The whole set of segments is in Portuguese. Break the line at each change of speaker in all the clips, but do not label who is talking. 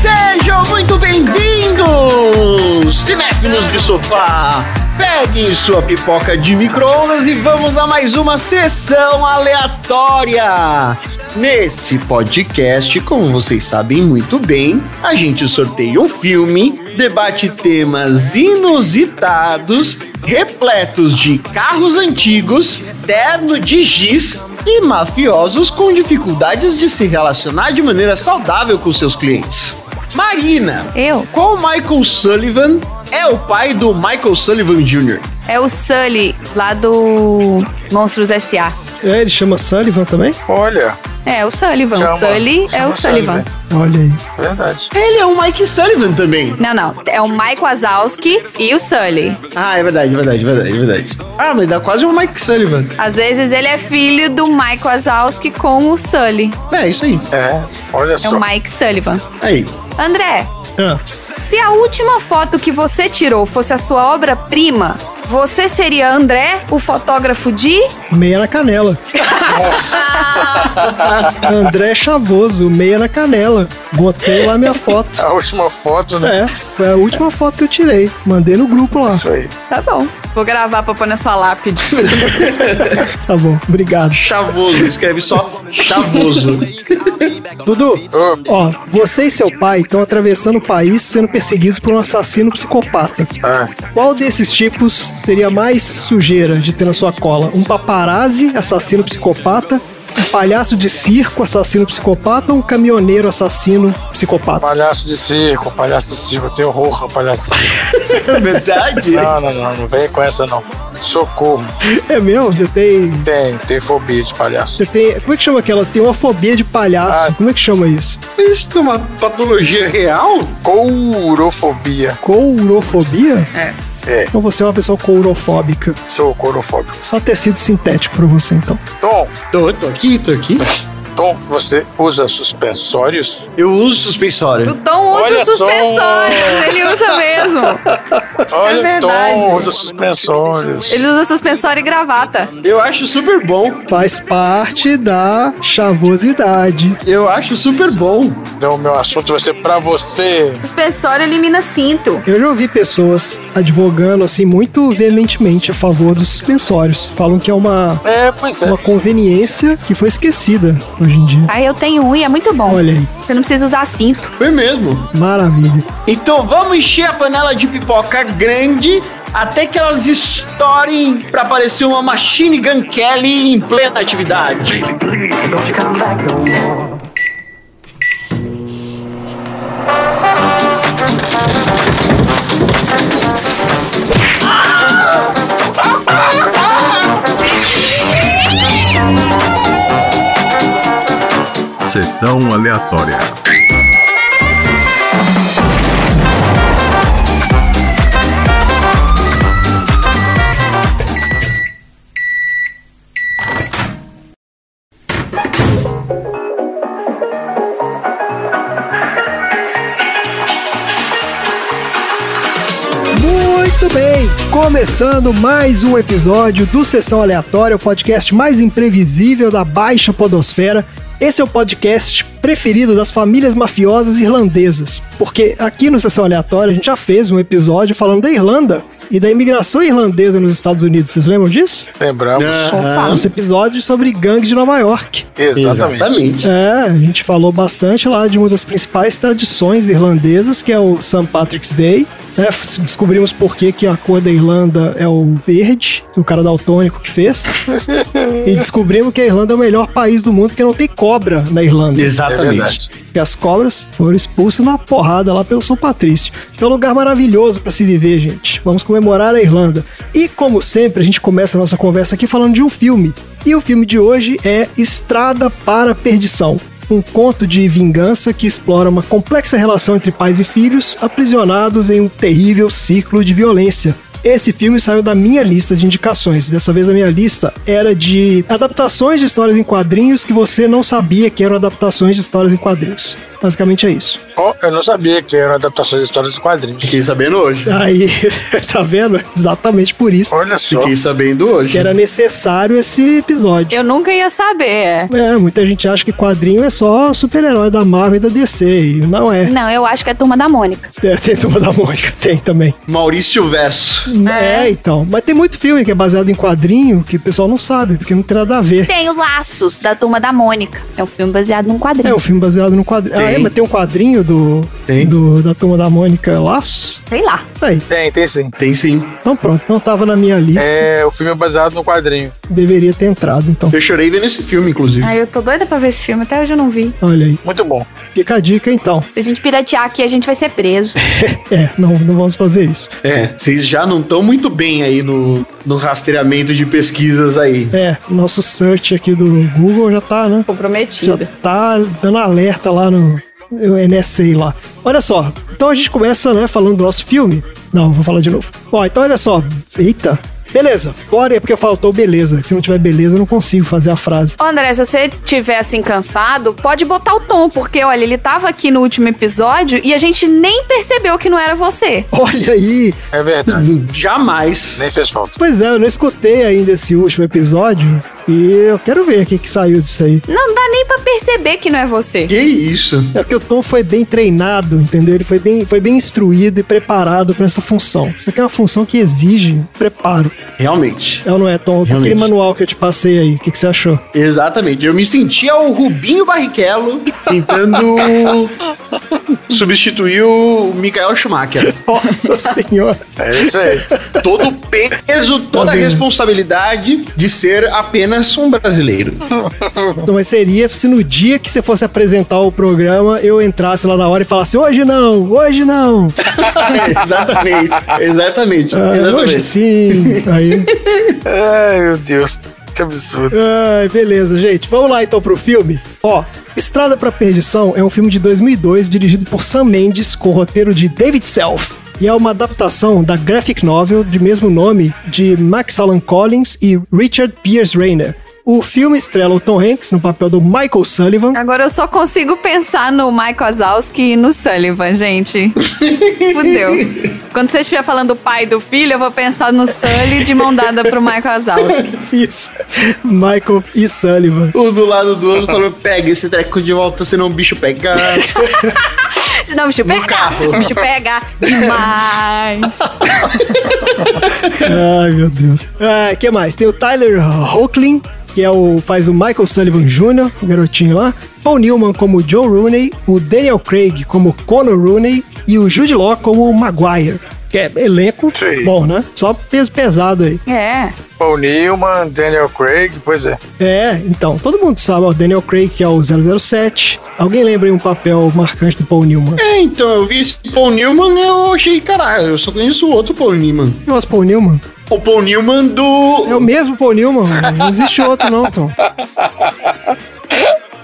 Sejam muito bem-vindos, cinéfilos de sofá. Peguem sua pipoca de micro-ondas e vamos a mais uma sessão aleatória. Nesse podcast, como vocês sabem muito bem, a gente sorteia um filme, debate temas inusitados, repletos de carros antigos, terno de giz e mafiosos com dificuldades de se relacionar de maneira saudável com seus clientes. Marina,
Eu?
qual Michael Sullivan é o pai do Michael Sullivan Jr.?
É o Sully, lá do Monstros S.A.
É, ele chama Sullivan também?
Olha,
É, o Sullivan.
Chama.
o Sully é
Chama né?
o Sullivan.
Olha aí.
verdade.
Ele é o Mike Sullivan também.
Não, não. É o Mike Wazowski e o Sully.
Ah, é verdade, verdade, verdade, verdade. Ah, mas dá quase um Mike Sullivan.
Às vezes ele é filho do Mike Wazowski com o Sully.
É, isso aí.
É, olha
É
só.
o Mike Sullivan.
Aí.
André,
Ah,
se a última foto que você tirou fosse a sua obra-prima, você seria André, o fotógrafo de.
meia na canela. André Chavoso, meia na canela. Botei lá minha foto.
É A última foto, né?
É, foi a última foto que eu tirei. Mandei no grupo lá.
Isso aí.
Tá bom. Vou gravar pra pôr na sua lápide.
Tá bom, obrigado.
Chavoso, escreve só chavoso.
Dudu,
Ô,
ó, você e seu pai estão atravessando o país sendo perseguidos por um assassino psicopata.
ah,
Qual desses tipos seria mais sujeira de ter na sua cola? Um paparazzi, assassino psicopata? Um palhaço de circo, assassino psicopata? Ou um caminhoneiro, assassino psicopata?
palhaço de circo, palhaço de circo. Eu tenho horror a palhaço de circo.
É verdade?
Não, não, não, não vem com essa, não. Socorro.
É mesmo? Você tem.
Tem, tem fobia de palhaço.
Você tem. Como é que chama aquela? Tem uma fobia de palhaço.
Ah.
Como é que chama isso?
Mas Isso é uma patologia real?
Courofobia.
Courofobia?
É,
Então você é uma pessoa courofóbica.
sou courofóbico.
Só tecido sintético pra você, então.
Tom,
Tô, tô aqui, tô aqui.
Tom, você usa suspensórios?
Eu uso suspensório.
O Tom usa
Olha só.
suspensórios, ele usa mesmo.
Olha,
É verdade.
Tom usa suspensórios.
Ele usa suspensório e gravata.
Eu acho super bom.
Faz parte da chavosidade.
Eu acho super bom.
Então, o meu assunto vai ser pra você.
Suspensório elimina cinto.
Eu já ouvi pessoas advogando assim muito veementemente a favor dos suspensórios. Falam que é uma,
É, pois é.
uma conveniência que foi esquecida hoje em dia.
Aí eu tenho um e é muito bom.
Olha aí,
Você não precisa usar cinto.
Foi mesmo.
maravilha.
Então vamos encher a panela de pipoca grande até que elas estourem pra parecer uma Machine Gun Kelly em plena atividade.
Sessão aleatória.
Muito bem, começando mais um episódio do Sessão Aleatória, o podcast mais imprevisível da Baixa Podosfera. Esse é o podcast preferido das famílias mafiosas irlandesas, porque aqui no Sessão Aleatória a gente já fez um episódio falando da Irlanda e da imigração irlandesa nos Estados Unidos. Vocês lembram disso?
Lembramos.
Nosso episódio sobre gangues de Nova York.
Exatamente.
Exatamente.
É, a gente falou bastante lá de uma das principais tradições irlandesas, que é o St. Patrick's Day. né? F- descobrimos por que, que a cor da Irlanda é o verde, o cara daltônico que fez. e descobrimos que a Irlanda é o melhor país do mundo, porque não tem cobra na Irlanda.
É
Exatamente.
verdade.
Porque as cobras foram expulsas na porrada lá pelo São Patrício. Então é um lugar maravilhoso para se viver, gente. Vamos comemorar a Irlanda. E como sempre, a gente começa a nossa conversa aqui falando de um filme. E o filme de hoje é Estrada para a Perdição. Um conto de vingança que explora uma complexa relação entre pais e filhos aprisionados em um terrível ciclo de violência. Esse filme saiu da minha lista de indicações. Dessa vez a minha lista era de adaptações de histórias em quadrinhos que você não sabia que eram adaptações de histórias em quadrinhos. Basicamente é isso.
Qual Então, eu não sabia que eram adaptações de histórias dos quadrinhos.
Fiquei sabendo hoje.
Aí, tá vendo? Exatamente por isso
Olha só.
Fiquei sabendo
que
hoje.
era necessário esse episódio.
Eu nunca ia saber.
É, muita gente acha que quadrinho é só super-herói da Marvel e da DC, e não é.
Não, eu acho que é turma da Mônica.
É, tem Turma da Mônica, tem também.
Maurício Verso.
É. então. Mas tem muito filme que é baseado em quadrinho que o pessoal não sabe, porque não tem nada a ver.
Tem o Laços, da turma da Mônica. É um filme baseado num quadrinho.
É um filme baseado no quadrinho. Ah,
Tem.
é, mas tem um quadrinho do,
Tem.
do- da turma da Mônica Laços?
Sei lá.
Aí,
Tem, tem sim.
Tem sim.
então pronto, não tava na minha lista,
É, o filme é baseado no quadrinho.
deveria ter entrado, então.
Eu chorei vendo esse filme, inclusive.
Ai, eu tô doida pra ver esse filme, até hoje eu não vi.
Olha aí,
Muito bom.
fica a dica então.
Se a gente piratear aqui, a gente vai ser preso.
É, não, não vamos fazer isso.
É, vocês já não estão muito bem aí no, no rastreamento de pesquisas aí.
É, nosso search aqui do Google já tá, né? Já
Comprometida.
tá dando alerta lá no no NSA lá. Olha só, então a gente começa, né, falando do nosso filme. Não, vou falar de novo. Ó, então olha só. Eita. Beleza, bora é porque faltou beleza. Se não tiver beleza, eu não consigo fazer a frase.
Ô, André, se você tiver assim cansado, pode botar o tom, porque olha, ele tava aqui no último episódio e a gente nem percebeu que não era você.
Olha aí!
É verdade.
Hum. Jamais.
Nem fez falta.
Pois é, eu não escutei ainda esse último episódio e eu quero ver o que, que saiu disso aí.
Não dá nem pra perceber que não é você.
Que isso?
É que o Tom foi bem treinado, entendeu? Ele foi bem, foi bem instruído e preparado pra essa função. Isso aqui é uma função que exige preparo.
Realmente.
É ou não é, Tom? Com
Realmente.
Aquele manual que eu te passei aí, o que, que você achou?
Exatamente. Eu me sentia o Rubinho Barrichello tentando substituir o Michael Schumacher.
Nossa senhora!
É isso aí.
Todo o peso, toda a
bem.
responsabilidade de ser apenas um brasileiro.
Não, Então, mas seria se no dia que você fosse apresentar o programa, eu entrasse lá na hora e falasse, hoje não, hoje não,
exatamente, exatamente,
ah, hoje
É, exatamente.
sim. Aí,
Ai, meu Deus. Que absurdo.
ai, beleza, gente. Vamos lá então pro filme. Ó, Estrada pra Perdição é um filme de 2002 dirigido por Sam Mendes com roteiro de David Self. E é uma adaptação da graphic novel de mesmo nome de Max Allan Collins e Richard Pierce Rayner. O filme estrela o Tom Hanks no papel do Michael Sullivan,
Agora eu só consigo pensar no Mike Wazowski e no Sullivan, gente. Fudeu. Quando você estiver falando do pai e do filho, eu vou pensar no Sully de mão dada pro Mike Wazowski.
Isso. Michael e Sullivan.
Um do lado do outro falou: pega esse treco de volta, senão o bicho pega.
Não, bicho, pega!
carro.
Bicho, pega demais!
Ai, meu Deus. Ah, que mais? Tem o Tyler Hoechlin, que é o faz o Michael Sullivan Jr., o garotinho lá. Paul Newman como Joe Rooney, o Daniel Craig como Conor Rooney e o Jude Law como Maguire. Que é elenco
Sim.
bom, né? Só peso pesado aí.
É.
Paul Newman, Daniel Craig, pois é.
É, então, todo mundo sabe, ó, o Daniel Craig que é o 007. Alguém lembra aí um papel marcante do Paul Newman?
É, então, eu vi esse Paul Newman e eu achei, caralho, eu só conheço o outro Paul Newman.
Nossa, Paul Newman?
O Paul Newman do.
É o mesmo Paul Newman? Não existe outro não, Tom.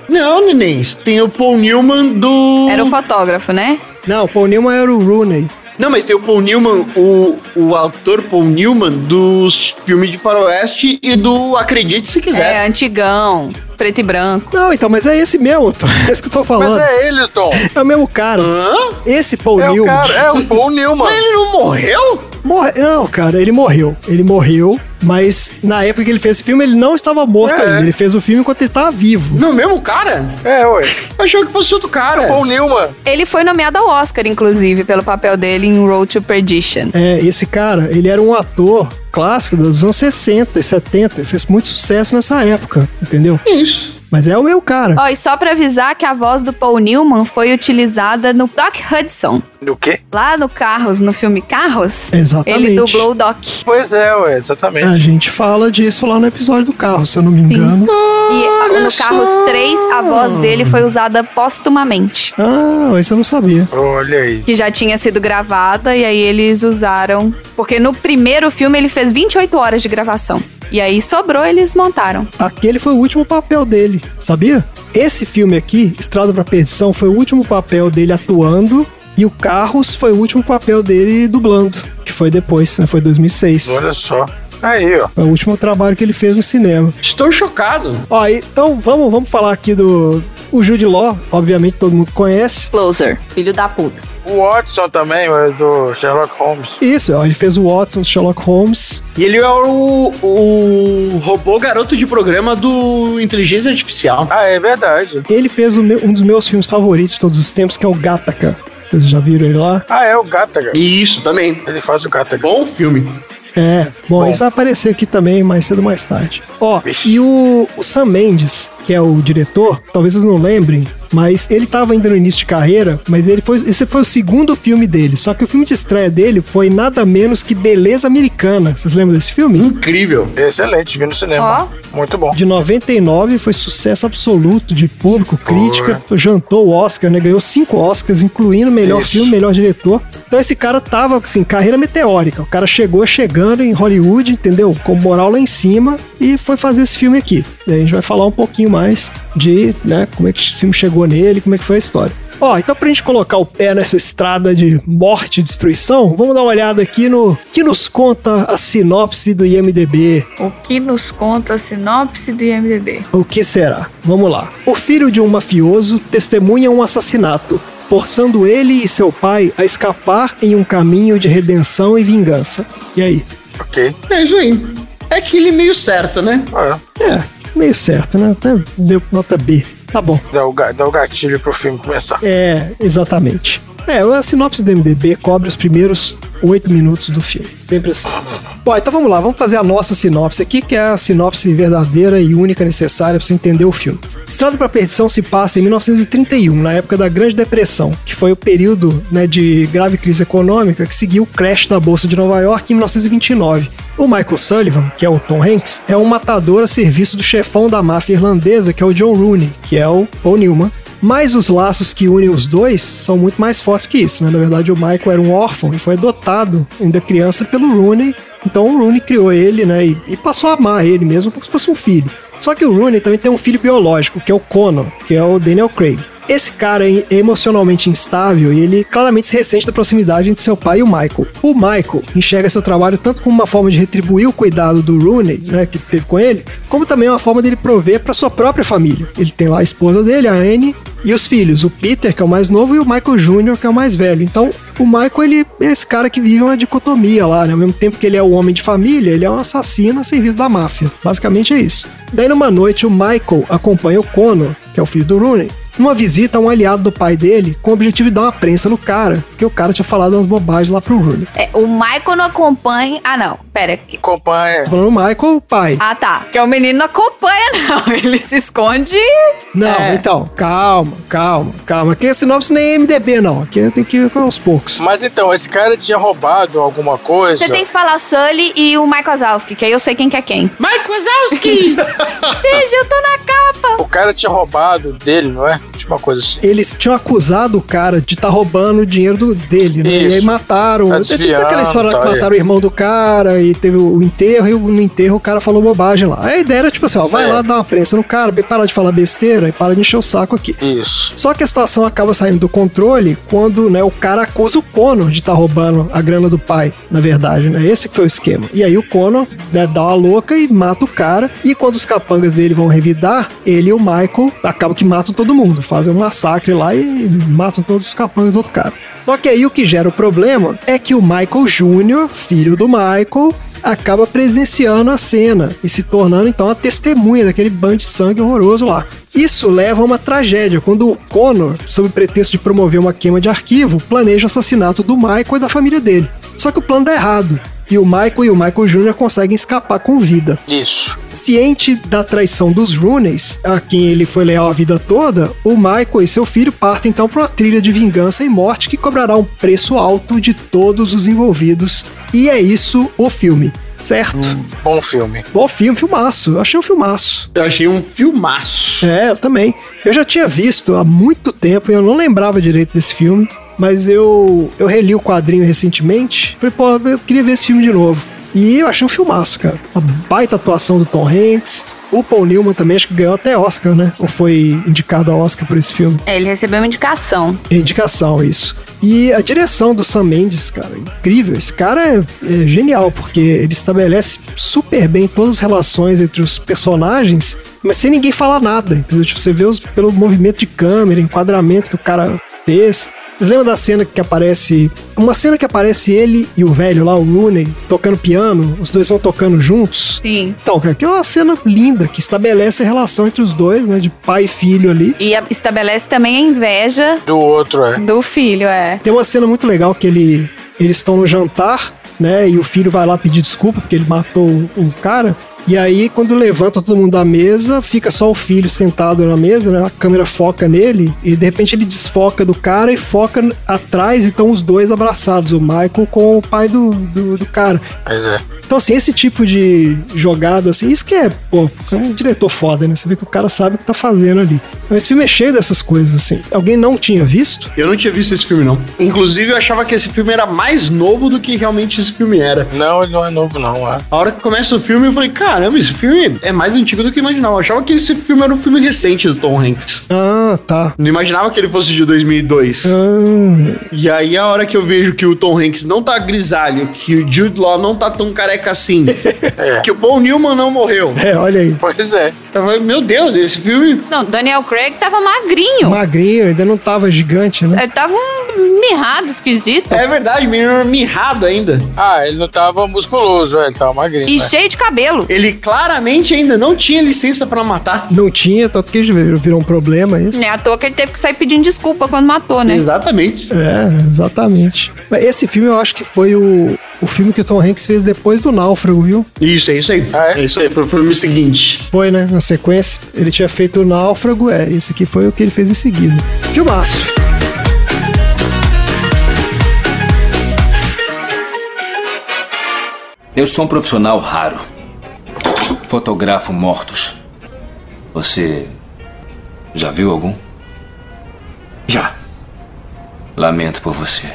Não, nenens, tem o Paul Newman do.
Era o fotógrafo, né?
Não, o Paul Newman era o Rooney.
Não, mas tem o Paul Newman, o, o autor Paul Newman dos filmes de faroeste e do Acredite Se Quiser.
É, antigão, preto e branco.
Não, então, mas é esse mesmo, Tom. É isso que eu tô
Mas
falando. É...
é ele, Tom.
o mesmo cara.
Hã?
Esse Paul
É o
Newman.
cara, é o Paul Newman.
Mas ele não morreu?
Morre... Não, cara, ele morreu. Ele morreu, mas na época que ele fez esse filme, ele não estava morto
É.
ainda. Ele fez o filme enquanto ele estava vivo.
Não, mesmo cara?
É, ué.
Eu achava que fosse outro cara.
Paul Newman.
Ele foi nomeado ao Oscar, inclusive, pelo papel dele em Road to Perdition.
É, esse cara, ele era um ator clássico dos anos 60 e 70. Ele fez muito sucesso nessa época, entendeu?
Isso.
Mas é o meu cara.
Ó, e só pra avisar que a voz do Paul Newman foi utilizada no Doc Hudson.
Do quê?
Lá no Carros, no filme Carros,
Exatamente.
ele dublou o Doc.
Pois é, ué,
A
exatamente.
gente fala disso lá no episódio do carro, se eu não me engano.
E no Carros 3, a voz dele foi usada póstumamente.
Ah, esse eu não sabia.
Olha aí.
Que já tinha sido gravada, e aí eles usaram. Porque no primeiro filme ele fez 28 horas de gravação. E aí sobrou, eles montaram.
Aquele foi o último papel dele, sabia? Esse filme aqui, Estrada pra Perdição, foi o último papel dele atuando e o Carros foi o último papel dele dublando, que foi depois, né? Foi 2006.
Olha só. Aí, ó.
É o último trabalho que ele fez no cinema.
Estou chocado.
Ó, então vamos, vamos falar aqui do. O Jude Law, obviamente todo mundo conhece.
Closer, filho da puta.
O Watson também, é do Sherlock Holmes.
Isso, ó, ele fez o Watson, Sherlock Holmes.
E ele é o, o robô garoto de programa do Inteligência Artificial.
Ah, é verdade.
Ele fez o meu- um dos meus filmes favoritos de todos os tempos, que é o Gataca. Vocês já viram ele lá?
Ah, é o Gataga.
Isso, também.
Ele faz o Gataga.
Bom filme.
É, bom,
Bom.
ele vai aparecer aqui também mais cedo ou mais tarde. Ó,
Vixe.
e o, o Sam Mendes, que é o diretor, talvez vocês não lembrem, mas ele tava ainda no início de carreira, mas ele foi, esse foi o segundo filme dele. Só que o filme de estreia dele foi nada menos que Beleza Americana. Vocês lembram desse filme?
Incrível.
é Excelente, vi no cinema. Muito bom.
De 99 foi sucesso absoluto de público, crítica, jantou o Oscar, né? Ganhou cinco Oscars, incluindo melhor
Isso.
filme, melhor diretor. Então esse cara tava, assim, carreira meteórica. O cara chegou chegando em Hollywood, entendeu? Com moral lá em cima e foi fazer esse filme aqui. E aí a gente vai falar um pouquinho mais de, né, como é que esse filme chegou nele, como é que foi a história. Ó, então pra gente colocar o pé nessa estrada de morte e destruição, vamos dar uma olhada aqui no que nos conta a sinopse do IMDB
O que nos conta a sinopse do IMDB?
o que será? Vamos lá. O filho de um mafioso testemunha um assassinato, forçando ele e seu pai a escapar em um caminho de redenção e vingança. E aí?
Ok.
É isso aí. É aquele meio certo, né?
Ah,
É, meio certo, né? Até deu nota B. Tá bom.
dá, o, ga- dá o gatilho pro filme começar.
É, exatamente. É, a sinopse do MDB cobre os primeiros oito minutos do filme. Sempre assim. Bom, então vamos lá, vamos fazer a nossa sinopse aqui, que é a sinopse verdadeira e única necessária para você entender o filme. Estrada para a Perdição se passa em 1931, na época da Grande Depressão, que foi o período né, de grave crise econômica que seguiu o crash da Bolsa de Nova York em 1929. O Michael Sullivan, que é o Tom Hanks, é um matador a serviço do chefão da máfia irlandesa, que é o John Rooney, que é o Paul Newman. Mas os laços que unem os dois são muito mais fortes que isso, né? Na verdade, o Michael era um órfão e foi adotado ainda criança pelo Rooney. Então o Rooney criou ele, né? E, e passou a amar ele mesmo como se fosse um filho. Só que o Rooney também tem um filho biológico, que é o Conan, que é o Daniel Craig. Esse cara é emocionalmente instável e ele claramente se ressente da proximidade entre seu pai e o Michael. O Michael enxerga seu trabalho tanto como uma forma de retribuir o cuidado do Rooney, né, que teve com ele, como também uma forma dele prover para sua própria família. Ele tem lá a esposa dele, a Anne, e os filhos, o Peter, que é o mais novo, e o Michael Jr., que é o mais velho. Então, o Michael, ele é esse cara que vive uma dicotomia lá, né? Ao mesmo tempo que ele é o homem de família, ele é um assassino a serviço da máfia. Basicamente é isso. Daí, numa noite, o Michael acompanha o Connor, que é o filho do Rooney, numa visita a um aliado do pai dele, com o objetivo de dar uma prensa no cara, porque o cara tinha falado umas bobagens lá pro Rooney.
É, o Michael não acompanha. Ah, não. Pera aqui.
Acompanha.
Tô falando o Michael, o pai.
Ah, tá. Que o menino não acompanha, não. Ele se esconde.
Não,
É.
então, calma, calma, calma. Aqui esse nome nem é MDB, não. Aqui tem que ir aos poucos.
Mas então, esse cara tinha roubado alguma coisa.
Você tem que falar o Sully e o Michael Zalski, que aí eu sei quem que é quem.
Mike Wazowski!
Veja, eu tô na capa.
O cara tinha roubado dele, não é? Tipo uma coisa assim.
eles tinham acusado o cara de estar roubando o dinheiro do- dele, né? E aí
Isso.
mataram.
Tá
Tem toda aquela
desviando,
história lá
tá
que
aí.
mataram o irmão do cara e teve o o enterro, e o- no enterro o cara falou bobagem lá. A ideia era tipo assim, ó, vai
É.
lá dar uma prensa no cara, para de falar besteira e para de encher o saco aqui.
Isso.
Só que a situação acaba saindo do controle quando né, o cara acusa o Conor de estar roubando a grana do pai, na verdade, né? Esse que foi o esquema. E aí o Conor né, dá uma louca e mata o cara. E quando os capangas dele vão revidar, ele e o Michael acabam que matam todo mundo, fazem um massacre lá e matam todos os capangas do outro cara. Só que aí o que gera o problema é que o Michael Jr., filho do Michael, acaba presenciando a cena e se tornando então a testemunha daquele banho de sangue horroroso lá. Isso leva a uma tragédia quando o Connor, sob pretexto de promover uma queima de arquivo, planeja o assassinato do Michael e da família dele. Só que o plano dá errado e o Michael e o Michael Jr. conseguem escapar com vida.
Isso.
Ciente da traição dos Runeys, a quem ele foi leal a vida toda, o Michael e seu filho partem então para uma trilha de vingança e morte que cobrará um preço alto de todos os envolvidos. E é isso o filme, certo?
Bom filme.
Bom filme, filmaço. Eu achei um filmaço.
Eu achei um filmaço.
É, eu também. Eu já tinha visto há muito tempo e eu não lembrava direito desse filme. Mas eu, eu reli o quadrinho recentemente. Falei, pô, eu queria ver esse filme de novo. E eu achei um filmaço, cara. Uma baita atuação do Tom Hanks. O Paul Newman também acho que ganhou até Oscar, né? Ou foi indicado a Oscar por esse filme.
É, ele recebeu uma indicação.
Indicação, isso. E a direção do Sam Mendes, cara, incrível. Esse cara é, é genial, porque ele estabelece super bem todas as relações entre os personagens, mas sem ninguém falar nada, entendeu? Tipo, você vê os, pelo movimento de câmera, enquadramento que o cara fez. Vocês lembram da cena que aparece. Uma cena que aparece ele e o velho lá, o Rooney, tocando piano, os dois vão tocando juntos.
Sim.
Então, cara, aquilo é uma cena linda que estabelece a relação entre os dois, né? De pai e filho ali.
E a- estabelece também a inveja
Do outro, é.
do filho, é.
Tem uma cena muito legal que ele, eles estão no jantar, né? E o filho vai lá pedir desculpa porque ele matou o, o cara. E aí, quando levanta todo mundo da mesa, fica só o filho sentado na mesa, né? A câmera foca nele e de repente ele desfoca do cara e foca n- atrás. Então, os dois abraçados, o Michael com o pai do, do, do cara.
Pois é.
Então, assim, esse tipo de jogada, assim, isso que é, pô, é um diretor foda, né? Você vê que o cara sabe o que tá fazendo ali. Mas esse filme é cheio dessas coisas, assim. Alguém não tinha visto?
Eu não tinha visto esse filme, não. Inclusive, eu achava que esse filme era mais novo do que realmente esse filme era.
Não, ele não é novo, não. É.
A hora que começa o filme, eu falei, caramba, esse filme é mais antigo do que eu imaginava. Eu achava que esse filme era um filme recente do Tom Hanks.
Ah, tá.
Não imaginava que ele fosse de 2002.
Ah,
E aí, a hora que eu vejo que o Tom Hanks não tá grisalho, que o Jude Law não tá tão careca assim, que o Paul Newman não morreu.
é, olha aí.
Pois é.
Eu falei, meu Deus, esse filme...
Não, Daniel Craig tava magrinho.
Magrinho, ainda não tava gigante, né?
Ele tava um mirrado, esquisito.
É verdade, menino mirrado ainda.
Ah, ele não tava musculoso, é, ele tava magrinho.
E
né?
cheio de cabelo.
Ele claramente ainda não tinha licença pra matar.
Não tinha, tanto que virou um problema isso.
Né, à toa que ele teve que sair pedindo desculpa quando matou, né?
Exatamente.
É, exatamente. Mas esse filme eu acho que foi o, o filme que o Tom Hanks fez depois do Náufrago, viu?
Isso, é isso aí.
Ah,
é?
é?
isso aí, foi o filme seguinte.
Foi, né? Na sequência. Ele tinha feito o Náufrago, é. Esse aqui foi o que ele fez em seguida. Filmaço.
Eu sou um profissional raro. Fotografo mortos. Você já viu algum? Já. Lamento por você.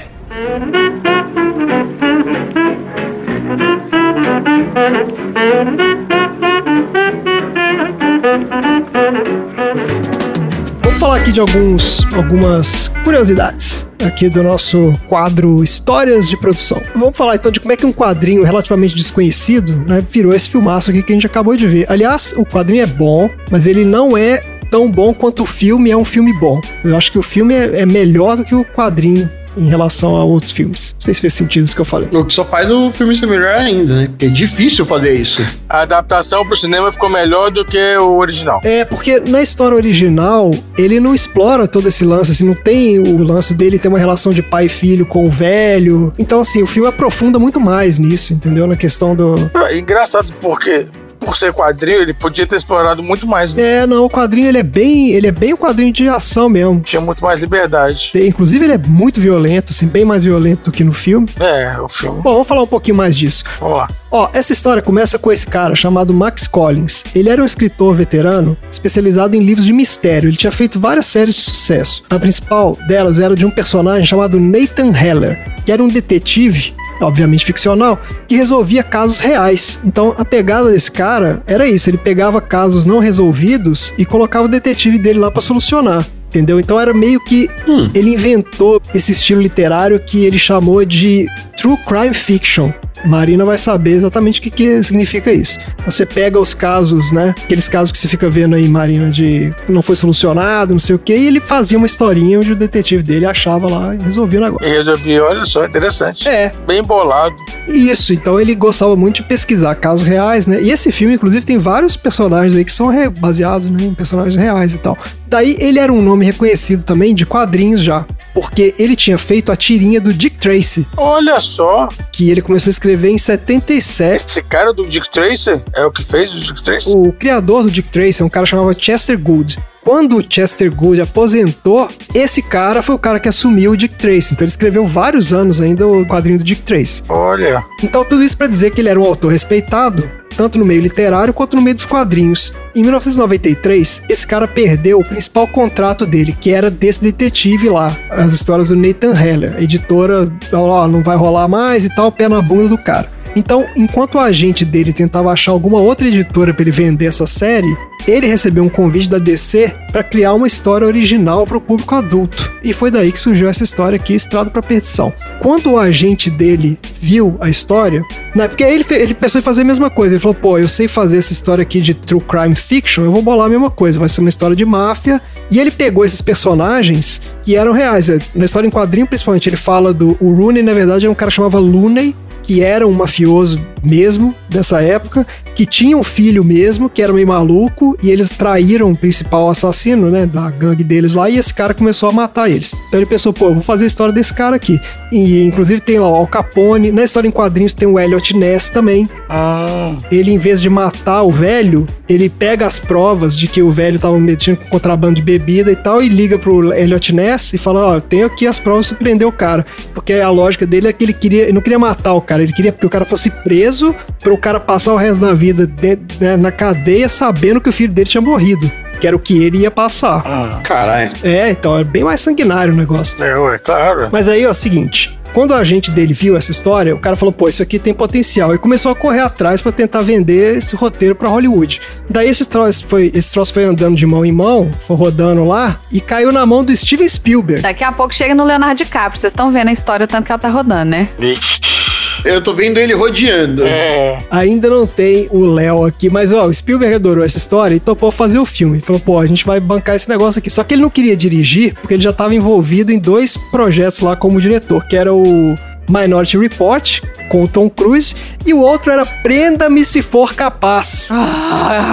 Vamos falar aqui de alguns, algumas curiosidades aqui do nosso quadro Histórias de Produção. Vamos falar então de como é que um quadrinho relativamente desconhecido né, virou esse filmaço aqui que a gente acabou de ver. Aliás, o quadrinho é bom, mas ele não é tão bom quanto o filme é um filme bom. Eu acho que o filme é, é melhor do que o quadrinho em relação a outros filmes. Não sei se fez sentido isso que eu falei.
O que só faz o filme ser melhor ainda, né? Porque é difícil fazer isso.
né? A adaptação pro cinema ficou melhor do que o original.
É, porque na história original, ele não explora todo esse lance, assim, não tem o lance dele ter uma relação de pai e filho com o velho. Então, assim, o filme aprofunda muito mais nisso, entendeu? Na questão do.
Ah, Engraçado porque, por ser quadrinho, ele podia ter explorado muito mais, né?
É, não, o quadrinho ele é bem. Ele é bem o quadrinho de ação mesmo.
Tinha muito mais liberdade.
Tem- Inclusive, ele é muito violento, assim, bem mais violento do que no filme.
É, o filme.
Bom, vamos falar um pouquinho mais disso.
Vamos lá.
Ó, essa história começa com esse cara chamado Max Collins. Ele era um escritor veterano especializado em livros de mistério. Ele tinha feito várias séries de sucesso. A principal delas era de um personagem chamado Nathan Heller, que era um detetive, obviamente ficcional, que resolvia casos reais. Então a pegada desse cara era isso: ele pegava casos não resolvidos e colocava o detetive dele lá pra solucionar. Entendeu? Então era meio que ele inventou esse estilo literário que ele chamou de True Crime Fiction. Marina vai saber exatamente o que, que significa isso. Você pega os casos, né? Aqueles casos que você fica vendo aí, Marina, de não foi solucionado, não sei o quê, e ele fazia uma historinha onde o detetive dele achava lá e resolvia o negócio.
E resolvi, olha só, interessante.
É,
Bem bolado.
isso, então ele gostava muito de pesquisar casos reais, né? E esse filme, inclusive, tem vários personagens aí que são re- baseados né, em personagens reais e tal. Daí ele era um nome reconhecido também de quadrinhos já, porque ele tinha feito a tirinha do Dick Tracy,
Olha só,
que ele começou a escrever em 77.
esse cara do Dick Tracy é o que fez o Dick Tracy?
É. O criador do Dick Tracy é um cara chamado Chester Good. Quando o Chester Good aposentou, esse cara foi o cara que assumiu o Dick Tracy. Então ele escreveu vários anos ainda o quadrinho do Dick Tracy.
Olha,
Então, tudo isso para dizer que ele era um autor respeitado, tanto no meio literário quanto no meio dos quadrinhos. Em 1993, esse cara perdeu o principal contrato dele, que era desse detetive lá, as histórias do Nathan Heller. A editora, ó, não vai rolar mais e tal, pé na bunda do cara. Então, enquanto o agente dele tentava achar alguma outra editora para ele vender essa série, ele recebeu um convite da DC para criar uma história original para o público adulto. E foi daí que surgiu essa história aqui, Estrada para Perdição. Quando o agente dele viu a história, né, porque aí ele, fe- ele pensou em fazer a mesma coisa. Ele falou: pô, eu sei fazer essa história aqui de true crime fiction, eu vou bolar a mesma coisa. Vai ser uma história de máfia. E ele pegou esses personagens que eram reais. Na história em quadrinho, principalmente, ele fala do. O Rooney, na verdade, era um cara que chamava Looney, que era um mafioso mesmo dessa época, que tinha um filho mesmo, que era meio maluco, e eles traíram o principal assassino, né, da gangue deles lá, e esse cara começou a matar eles. Então ele pensou, pô, eu vou fazer a história desse cara aqui. E inclusive tem lá o Al Capone, na história em quadrinhos tem o Elliot Ness também. Ele, em vez de matar o velho, ele pega as provas de que o velho tava metido com contrabando de bebida e tal, e liga pro Elliot Ness e fala: Ó, eu tenho aqui as provas pra prender o cara. Porque a lógica dele é que ele queria. Ele não queria matar o cara, ele queria que o cara fosse preso para o cara passar o resto da vida de- né, na cadeia sabendo que o filho dele tinha morrido. Que era o que ele ia passar.
Ah.
Caralho.
É, então é bem mais sanguinário o negócio.
É, ué, claro.
Mas aí, ó, seguinte. Quando o agente dele viu essa história, o cara falou, pô, isso aqui tem potencial. E começou a correr atrás pra tentar vender esse roteiro pra Hollywood. Daí esse troço, foi, esse troço foi andando de mão em mão, foi rodando lá, e caiu na mão do Steven Spielberg.
Daqui a pouco chega no Leonardo DiCaprio. Vocês estão vendo a história, o tanto que ela tá rodando, né?
Eu tô vendo ele rodeando.
É.
Ainda não tem o Léo aqui, mas ó, o Spielberg adorou essa história e topou fazer o filme. Ele falou, pô, a gente vai bancar esse negócio aqui. Só que ele não queria dirigir, porque ele já estava envolvido em dois projetos lá como diretor, que era o Minority Report, com o Tom Cruise, e o outro era Prenda-me se for capaz.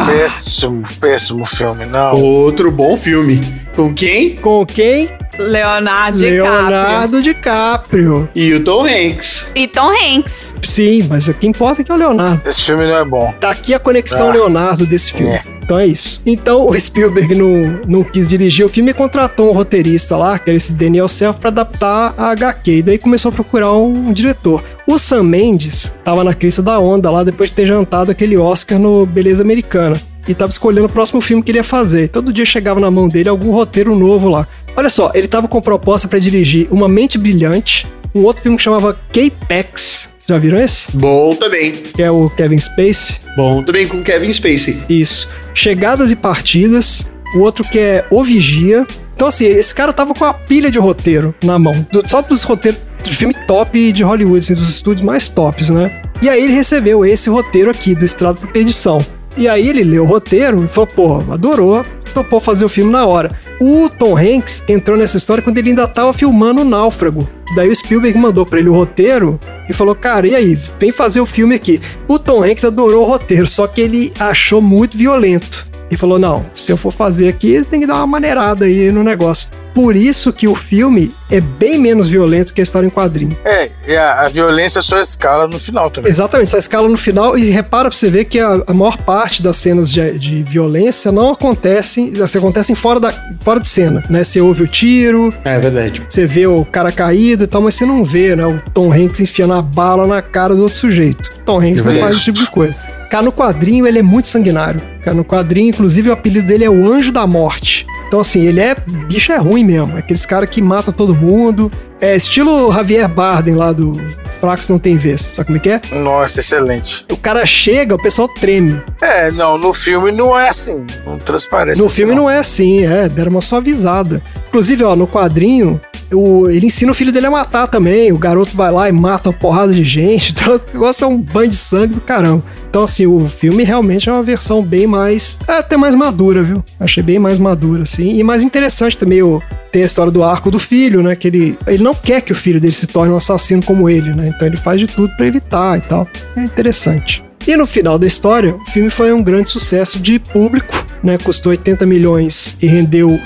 Péssimo, péssimo filme, não.
Outro bom filme. Com quem?
Com quem?
Leonardo DiCaprio.
Leonardo DiCaprio.
E o Tom Hanks.
E Tom Hanks.
Sim, mas o que importa é que é o Leonardo.
Esse filme não é bom.
Tá aqui a conexão
Ah.
Leonardo desse filme.
É.
Então é isso. Então o Spielberg não, não quis dirigir o filme e contratou um roteirista lá, que era esse Daniel Self, pra adaptar a HQ. E daí começou a procurar um, um diretor. O Sam Mendes tava na crista da onda lá depois de ter jantado aquele Oscar no Beleza Americana. E tava escolhendo o próximo filme que ele ia fazer. Todo dia chegava na mão dele algum roteiro novo lá. Olha só, ele tava com proposta pra dirigir Uma Mente Brilhante, um outro filme que chamava K-Pax. Vocês já viram esse?
Bom também.
Que é o Kevin Space.
Bom também com Kevin Spacey.
Isso. Chegadas e partidas. O outro que é O Vigia. Então, assim, esse cara tava com a pilha de roteiro na mão. Do- só dos roteiros de filme top de Hollywood, assim, dos estúdios mais tops, né? E aí ele recebeu esse roteiro aqui, do Estrado pra Perdição. E aí ele leu o roteiro e falou, porra, adorou, topou fazer o filme na hora. O Tom Hanks entrou nessa história quando ele ainda tava filmando o Náufrago. Daí o Spielberg mandou pra ele o roteiro e falou, cara, e aí, vem fazer o filme aqui. O Tom Hanks adorou o roteiro, só que ele achou muito violento. E falou, não, se eu for fazer aqui, tem que dar uma maneirada aí no negócio. Por isso que o filme é bem menos violento que a história em quadrinho.
É, e a, a violência só escala no final também.
Exatamente, só escala no final e repara pra você ver que a, a maior parte das cenas de, de violência não acontecem, assim, acontecem fora, da, fora de cena, né? Você ouve o tiro,
É verdade.
você vê o cara caído e tal, mas você não vê, né? O Tom Hanks enfiando a bala na cara do outro sujeito. Tom Hanks não faz esse tipo de coisa. Cara, no quadrinho ele é muito sanguinário. Cara, no quadrinho, inclusive, o apelido dele é o Anjo da Morte. Então, assim, ele é. Bicho é ruim mesmo. É Aqueles cara que mata todo mundo. É estilo Javier Bardem lá do Fracos Não Tem Vez. Sabe como é que é?
Nossa, excelente.
O cara chega, o pessoal treme.
É, não, no filme não é assim. Não transparece.
No filme não é assim, é, deram uma suavizada. Inclusive, ó, no quadrinho, o, ele ensina o filho dele a matar também. O garoto vai lá e mata uma porrada de gente. Então, o negócio é um banho de sangue do caramba. Então, assim, o filme realmente é uma versão bem mais. é, até mais madura, viu? Achei bem mais madura, assim. E mais interessante também o, tem a história do arco do filho, né? Que ele, ele não quer que o filho dele se torne um assassino como ele, né? Então ele faz de tudo pra evitar e tal. É interessante. E no final da história, o filme foi um grande sucesso de público, né? Custou 80 milhões e rendeu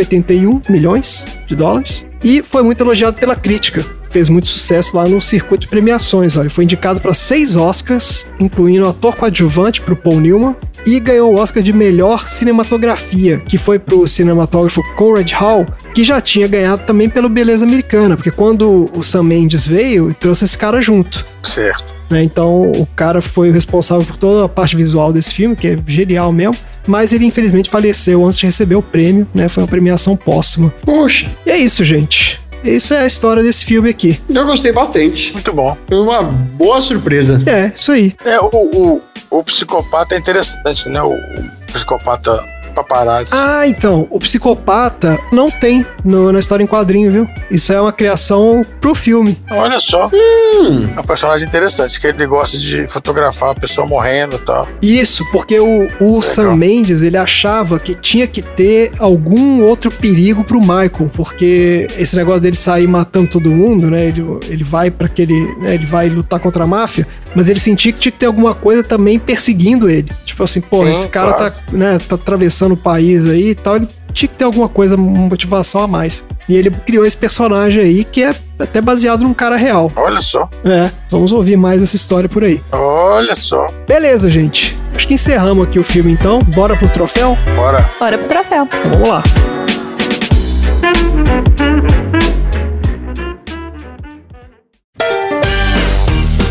181 milhões de dólares. E foi muito elogiado pela crítica. Fez muito sucesso lá no circuito de premiações. Olha, foi indicado para seis Oscars, incluindo ator coadjuvante para o Paul Newman, e ganhou o Oscar de melhor cinematografia, que foi pro cinematógrafo Conrad Hall, que já tinha ganhado também pelo Beleza Americana, porque quando o Sam Mendes veio, ele trouxe esse cara junto.
Certo.
Né? Então o cara foi o responsável por toda a parte visual desse filme, que é genial mesmo. Mas ele infelizmente faleceu antes de receber o prêmio, né? Foi uma premiação póstuma.
Poxa.
E é isso, gente. Isso é a história desse filme aqui.
Eu gostei bastante.
Muito bom.
Foi uma boa surpresa.
É, isso aí.
É, o, o, o psicopata é interessante, né? O, o psicopata paparazzi.
Ah, então, o psicopata não tem no- na história em quadrinho, viu? Isso é uma criação pro filme.
Olha só.
Hum.
É um personagem interessante, que ele gosta de fotografar a pessoa morrendo e tal.
Isso, porque o, o Sam Mendes, ele achava que tinha que ter algum outro perigo pro Michael, porque esse negócio dele sair matando todo mundo, né? Ele, ele vai para aquele, né, ele vai lutar contra a máfia, mas ele sentia que tinha que ter alguma coisa também perseguindo ele. Tipo assim, pô,
Sim,
esse cara
claro.
tá, né, tá atravessando o país aí e tal, ele tinha que ter alguma coisa, uma motivação a mais. E ele criou esse personagem aí que é até baseado num cara real.
Olha só.
É, vamos ouvir mais essa história por aí.
Olha só.
Beleza, gente. Acho que encerramos aqui o filme então. Bora pro troféu?
Bora.
Bora pro troféu.
Então vamos lá.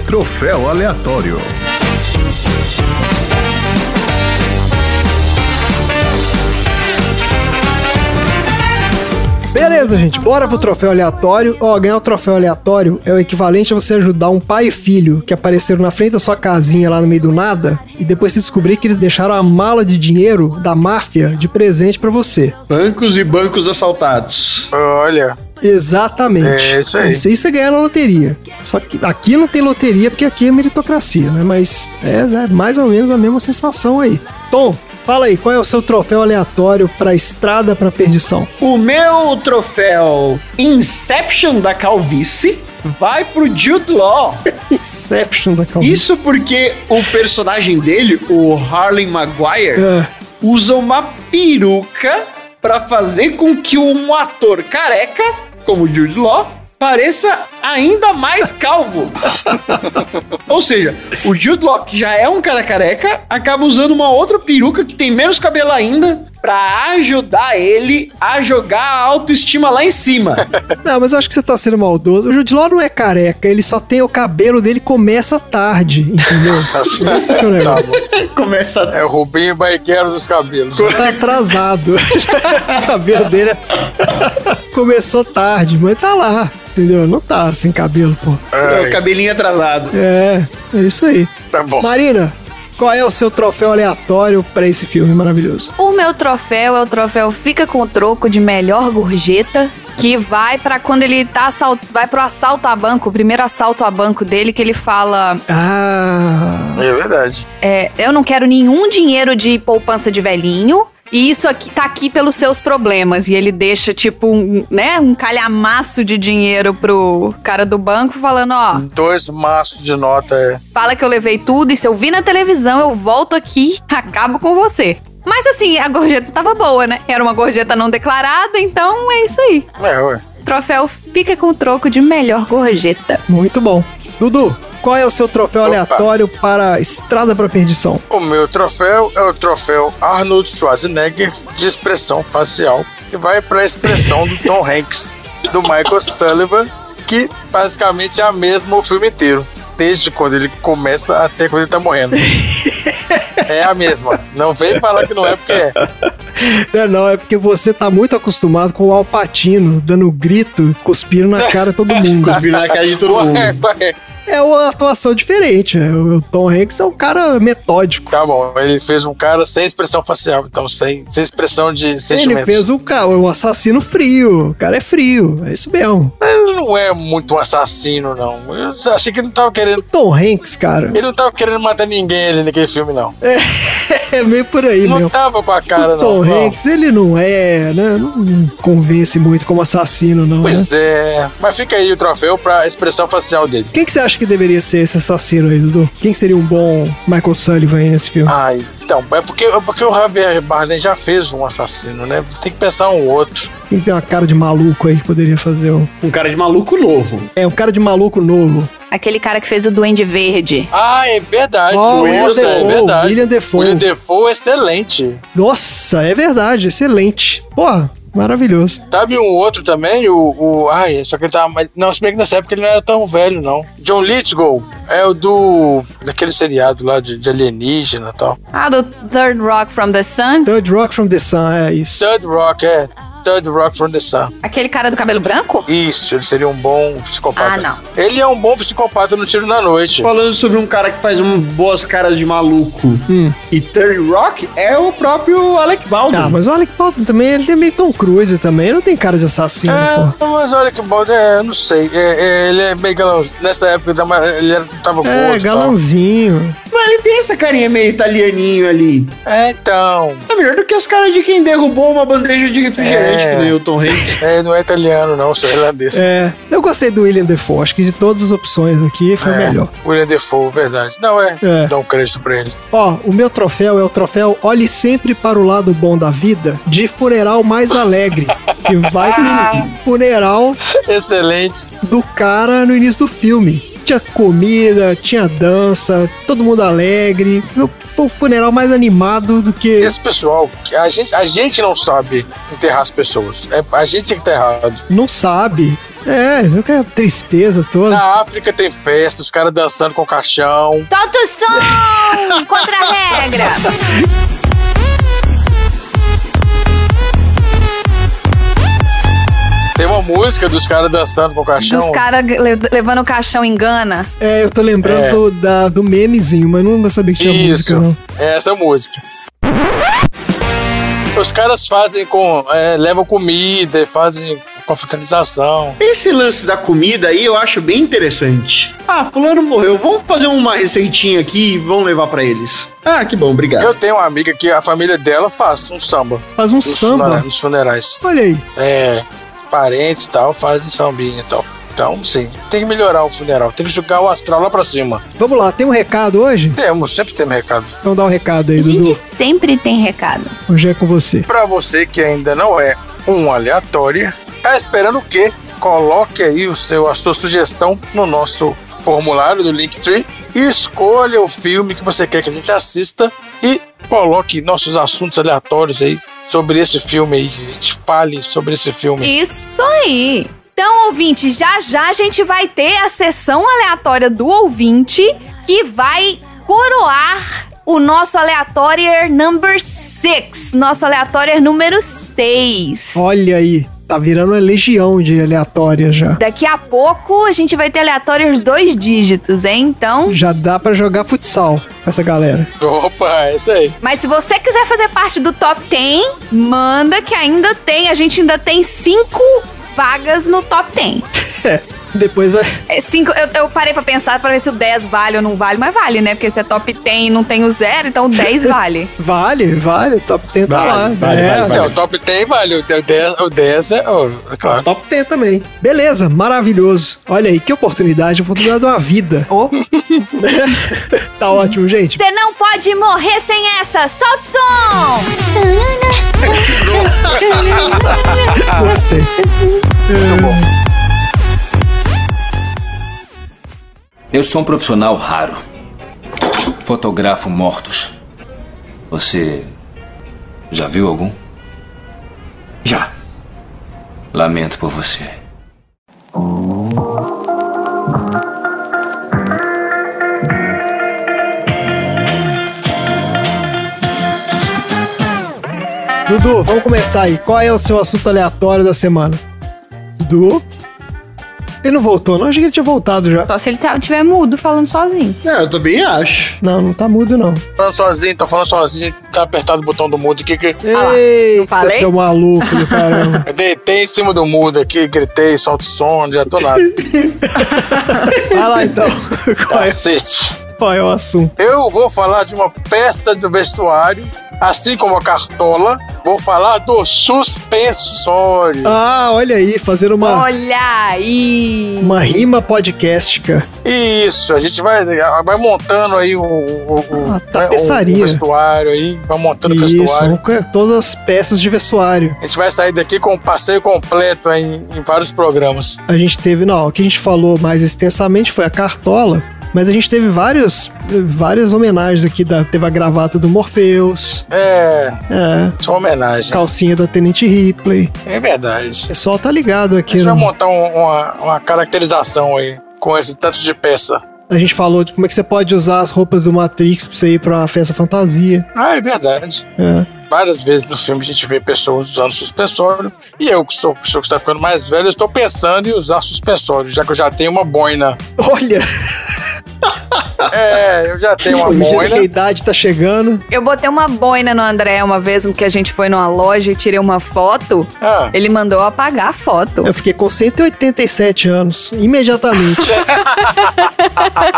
Troféu aleatório.
Beleza, gente. Bora pro troféu aleatório. Ó, ganhar o troféu aleatório é o equivalente a você ajudar um pai e filho que apareceram na frente da sua casinha lá no meio do nada e depois se descobrir que eles deixaram a mala de dinheiro da máfia de presente pra você.
Bancos e bancos assaltados.
Olha.
Exatamente.
É, isso aí.
Isso aí você ganha na loteria. Só que aqui não tem loteria porque aqui é meritocracia, né? Mas é, né, mais ou menos a mesma sensação aí. Tom, fala aí, qual é o seu troféu aleatório pra estrada pra perdição?
O meu troféu Inception da Calvície vai pro Jude Law.
Inception da calma.
Isso porque o personagem dele, o Harley Maguire,
É.
usa uma peruca pra fazer com que um ator careca, como Jude Law, pareça ainda mais calvo. Ou seja, o Jude Law, que já é um cara careca, acaba usando uma outra peruca que tem menos cabelo ainda pra ajudar ele a jogar a autoestima lá em cima.
Não, mas eu acho que você tá sendo maldoso. O Jude Law não é careca, ele só tem o cabelo dele começa tarde, entendeu? Esse que é o negócio.
Começa
Tá É o Rubinho Baiqueiro dos cabelos.
Tá atrasado. o cabelo dele é- começou tarde, mas tá lá, entendeu? Não tá sem cabelo, pô.
É, o cabelinho atrasado.
É, é isso aí.
Tá bom.
Marina, qual é o seu troféu aleatório pra esse filme maravilhoso?
O meu troféu é o troféu Fica com o Troco de melhor gorjeta, que vai pra quando ele tá assal- vai pro assalto a banco, o primeiro assalto a banco dele, que ele fala:
Ah,
É verdade.
é, Eu não quero nenhum dinheiro de poupança de velhinho. E isso aqui tá aqui pelos seus problemas. E ele deixa, tipo, um, né, um calhamaço de dinheiro pro cara do banco, falando: ó,
Dois maços de nota é.
fala que eu levei tudo, e se eu vi na televisão, eu volto aqui, acabo com você. Mas assim, a gorjeta tava boa, né? Era uma gorjeta não declarada, então é isso aí.
É, ué.
Troféu fica com o troco de melhor gorjeta.
muito bom. Dudu, qual é o seu troféu
Opa.
aleatório para Estrada pra Perdição?
O meu troféu é o troféu Arnold Schwarzenegger de expressão facial, que vai pra expressão do Tom Hanks, do Michael Sullivan, que basicamente é a mesma o filme inteiro. Desde quando ele começa até quando ele tá morrendo. É a mesma. Não vem falar que não é, porque é.
Não, é não, é porque você tá muito acostumado com o Alpatino dando grito, cuspindo na cara de todo mundo.
Cuspindo na cara de todo
Ué,
mundo.
ué.
É uma atuação diferente. é. O Tom Hanks é um cara metódico.
Tá bom, ele fez um cara sem expressão facial, então sem, sem expressão de sentimentos.
Ele fez um, ca- um assassino frio. O cara é frio. É isso mesmo.
Ele não é muito um assassino, não. Eu achei que ele não tava querendo.
Tom Hanks, cara,
Ele não tava querendo matar ninguém ali naquele filme, não.
é meio por aí
não
mesmo.
tava com a cara,
O Tom
não. não.
Hanks, ele não é, né? Não convence muito como assassino, não, né?
Pois é. Mas fica aí o troféu pra expressão facial dele.
Quem que você acha que deveria ser esse assassino aí, Dudu? Quem que seria um bom Michael Sullivan aí nesse filme?
Ai, então, é porque, é porque o Javier Bardem já fez um assassino, né? Tem que pensar um outro.
Quem tem uma cara de maluco aí que poderia fazer um...
Um cara de maluco novo.
É, um cara de maluco novo.
Aquele cara que fez o Duende Verde.
Ah, é verdade.
Ó,
William
William
Defoe, é
Defoe,
verdade.
William Defoe.
William Defoe, é excelente.
Nossa, é verdade, excelente. Porra, maravilhoso.
Sabe um outro também? O, o. Ai, só que ele tava. mais- Não, se bem que nessa época ele não era tão velho, não. John Lithgow é o do. daquele seriado lá de, de alienígena e tal.
Ah, do Third Rock from the Sun.
Third Rock from the Sun, é isso.
Third Rock, é. Third Rock from the Sun.
Aquele cara do cabelo branco?
Isso, ele seria um bom psicopata.
Ah, não.
Ele é um bom psicopata no Tiro na Noite.
Falando sobre um cara que faz um boas caras de maluco e Terry Rock é o próprio Alec Baldwin.
Ah, mas o Alec Baldwin também, ele tem meio Tom Cruise também, ele não tem cara de assassino, pô.
É, mas olha que bom, é, eu não sei. É, é, ele é meio galão. Nessa época ele tava- ele era- tava gordo.
tá.
É,
e tal.
galãozinho.
Mas ele tem essa carinha meio italianinho ali.
É, então.
É melhor do que os caras de quem derrubou uma bandeja de refrigerante,
É.
que nem o Tom Hanks.
É, não é italiano, não, sou irlandês.
É, eu gostei do William Defoe, acho que de todas as opções aqui foi o é melhor.
É, William Defoe, verdade. Não, é.
É.
Dá um crédito pra ele.
Ó, o meu troféu é o troféu Olhe Sempre para o Lado Bom da Vida, de funeral mais alegre. que vai
Ah.
pro funeral
Excelente.
do cara no início do filme. Tinha comida, tinha dança, todo mundo alegre. Foi o funeral mais animado do que.
Esse pessoal, a gente, a gente não sabe enterrar as pessoas. É, a gente é que tá errado.
Não sabe. É, aquela tristeza toda.
Na África tem festa, os caras dançando com caixão.
Solta o som! Contra a regra!
Tem uma música dos caras dançando com caixão.
Dos caras le- levando o caixão em Gana.
É, eu tô lembrando
É.
do, da- do memezinho, mas não sabia que tinha
Isso.
música, não.
É essa música. Os caras fazem com. é, levam comida, fazem confraternização.
Esse lance da comida aí eu acho bem interessante. Ah, fulano morreu, vamos fazer uma receitinha aqui e vamos levar pra eles. Ah, que bom, obrigado.
Eu tenho uma amiga que a família dela faz um samba.
Faz um
nos
samba.
funera- Nos funerais.
Olha aí.
É. Parentes e tal, fazem sambinha e tal. Então, sim, tem que melhorar o funeral. Tem que jogar o astral lá pra cima.
Vamos lá, tem um recado hoje?
Temos, sempre tem recado.
Então dá um recado aí,
A gente
Dudu.
sempre tem recado.
Hoje é com você.
Pra você que ainda não é um aleatório, tá esperando o quê? Coloque aí o seu, a sua sugestão no nosso formulário do Linktree e escolha o filme que você quer que a gente assista e coloque nossos assuntos aleatórios aí sobre esse filme aí. que A gente fale sobre esse filme.
Isso aí! Então, ouvinte, já já a gente vai ter a sessão aleatória do ouvinte que vai coroar o nosso aleatório number 6, nosso aleatório número 6.
Olha aí. Tá virando uma legião de aleatórias já.
Daqui a pouco a gente vai ter aleatórios dois dígitos, hein? Então,
Já dá pra jogar futsal com essa galera.
Opa, é isso aí.
mas se você quiser fazer parte do top 10, manda que ainda tem, a gente ainda tem cinco vagas no top 10.
É, depois vai.
É, cinco, eu, eu parei pra pensar pra ver se o 10 vale ou não vale, mas vale, né? Porque se é top 10 e não tem o zero, então o 10 vale.
Vale, vale, top 10 tá
Vale,
lá.
vale,
é,
vale,
Então, o top 10 vale. O 10, o 10 é, ó, é claro.
Top 10 também. Beleza, maravilhoso. Olha aí, que oportunidade, oportunidade de uma vida.
Ô.
tá ótimo, gente.
Você não pode morrer sem essa! Solta o som!
Gostei.
Muito bom.
Eu sou um profissional raro. Fotografo mortos. Você já viu algum? Já. Lamento por você.
Dudu, vamos começar aí. Qual é o seu assunto aleatório da semana? Dudu? Ele não voltou, não? Achei que ele tinha voltado já.
Só se ele tá, tiver mudo falando sozinho.
É, eu também acho.
Não, não tá mudo, não.
Falando sozinho, tô falando sozinho, tá apertado o botão do mudo aqui que.
lá, não
Eita,
falei?
seu maluco do caramba.
Eu deitei em cima do mudo aqui, gritei, solto som, já tô nada.
Vai lá, então. Qual é,
Cacete.
qual é o assunto?
Eu vou falar de uma peça do vestuário, assim como a cartola, vou falar do suspensório.
Ah, olha aí, fazendo uma,
Olha aí!
uma rima podcastica.
E Isso, a gente vai, vai montando aí o, o, o- né,
Ah,
o-
tapeçaria.
o vestuário aí, vai montando o
Isso,
vestuário.
vamos- todas as peças de vestuário.
A gente vai sair daqui com um passeio completo aí em, em vários programas.
A gente teve, não, o que a gente falou mais extensamente foi a cartola, mas a gente teve vários, várias homenagens aqui. Da, teve a gravata do Morpheus,
É,
é,
são homenagens.
calcinha da Tenente Ripley.
É
O
verdade.
pessoal tá ligado
A
aqui.
gente vai
né?
montar um- uma, uma caracterização aí com esse tanto de peça.
A gente falou de como é que você pode usar as roupas do Matrix pra você ir pra uma festa fantasia.
Ah, é verdade.
é.
várias vezes no filme a gente vê pessoas usando suspensório. E eu, que sou pessoa que está ficando mais velho, eu estou pensando em usar suspensório, já que eu já tenho uma boina.
Olha,
É, eu já tenho uma
que a
boina.
idade tá chegando.
Eu botei uma boina no André uma vez que a gente foi numa loja e tirei uma foto.
Ah,
Ele mandou eu apagar a foto.
Eu fiquei com 187 anos, imediatamente.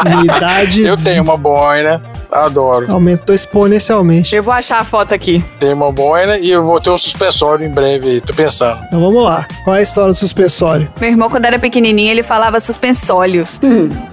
Minha idade
eu tenho uma boina, adoro.
aumentou exponencialmente.
Eu vou achar a foto aqui.
Tenho uma boina e eu vou ter um suspensório em breve aí, tô pensando.
Então vamos lá. Qual é a história do suspensório?
Meu irmão, quando era pequenininho, ele falava suspensólios.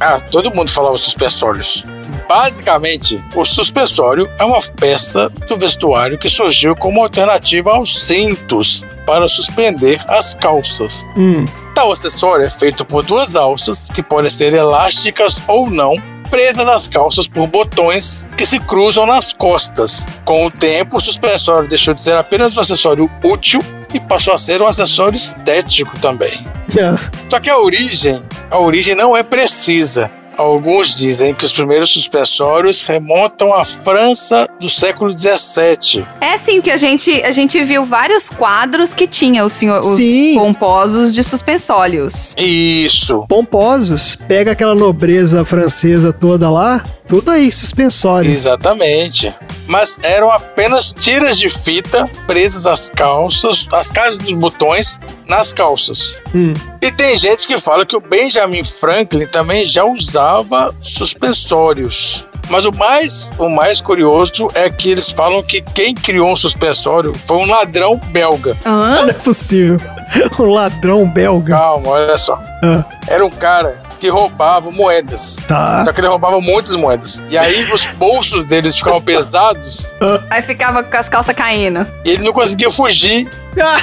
Ah, todo mundo falava suspensórios. Basicamente, o suspensório é uma peça do vestuário que surgiu como alternativa aos cintos para suspender as calças.
Hum,
Tal acessório é feito por duas alças, que podem ser elásticas ou não, presas nas calças por botões que se cruzam nas costas. Com o tempo, o suspensório deixou de ser apenas um acessório útil e passou a ser um acessório estético também.
é,
Só que a origem, a origem não é precisa. Alguns dizem que os primeiros suspensórios remontam à França do século XVII.
É sim, que a gente, a gente viu vários quadros que tinha os, senhor, os
Sim.
pomposos de suspensólios.
Isso.
pomposos, pega aquela nobreza francesa toda lá, tudo aí, suspensório.
Exatamente. Mas eram apenas tiras de fita presas às calças, às casas dos botões, nas calças.
Hum.
E tem gente que fala que o Benjamin Franklin também já usava suspensórios. Mas o mais, o mais curioso é que eles falam que quem criou um suspensório foi um ladrão belga.
Hã?
Não é possível. O ladrão belga.
Calma, olha só.
Ah,
Era um cara que roubava moedas.
tá.
Só que ele roubava muitas moedas. E aí os bolsos deles ficavam pesados
Aí ficava com as calças caindo.
e ele não conseguia fugir.
Ah,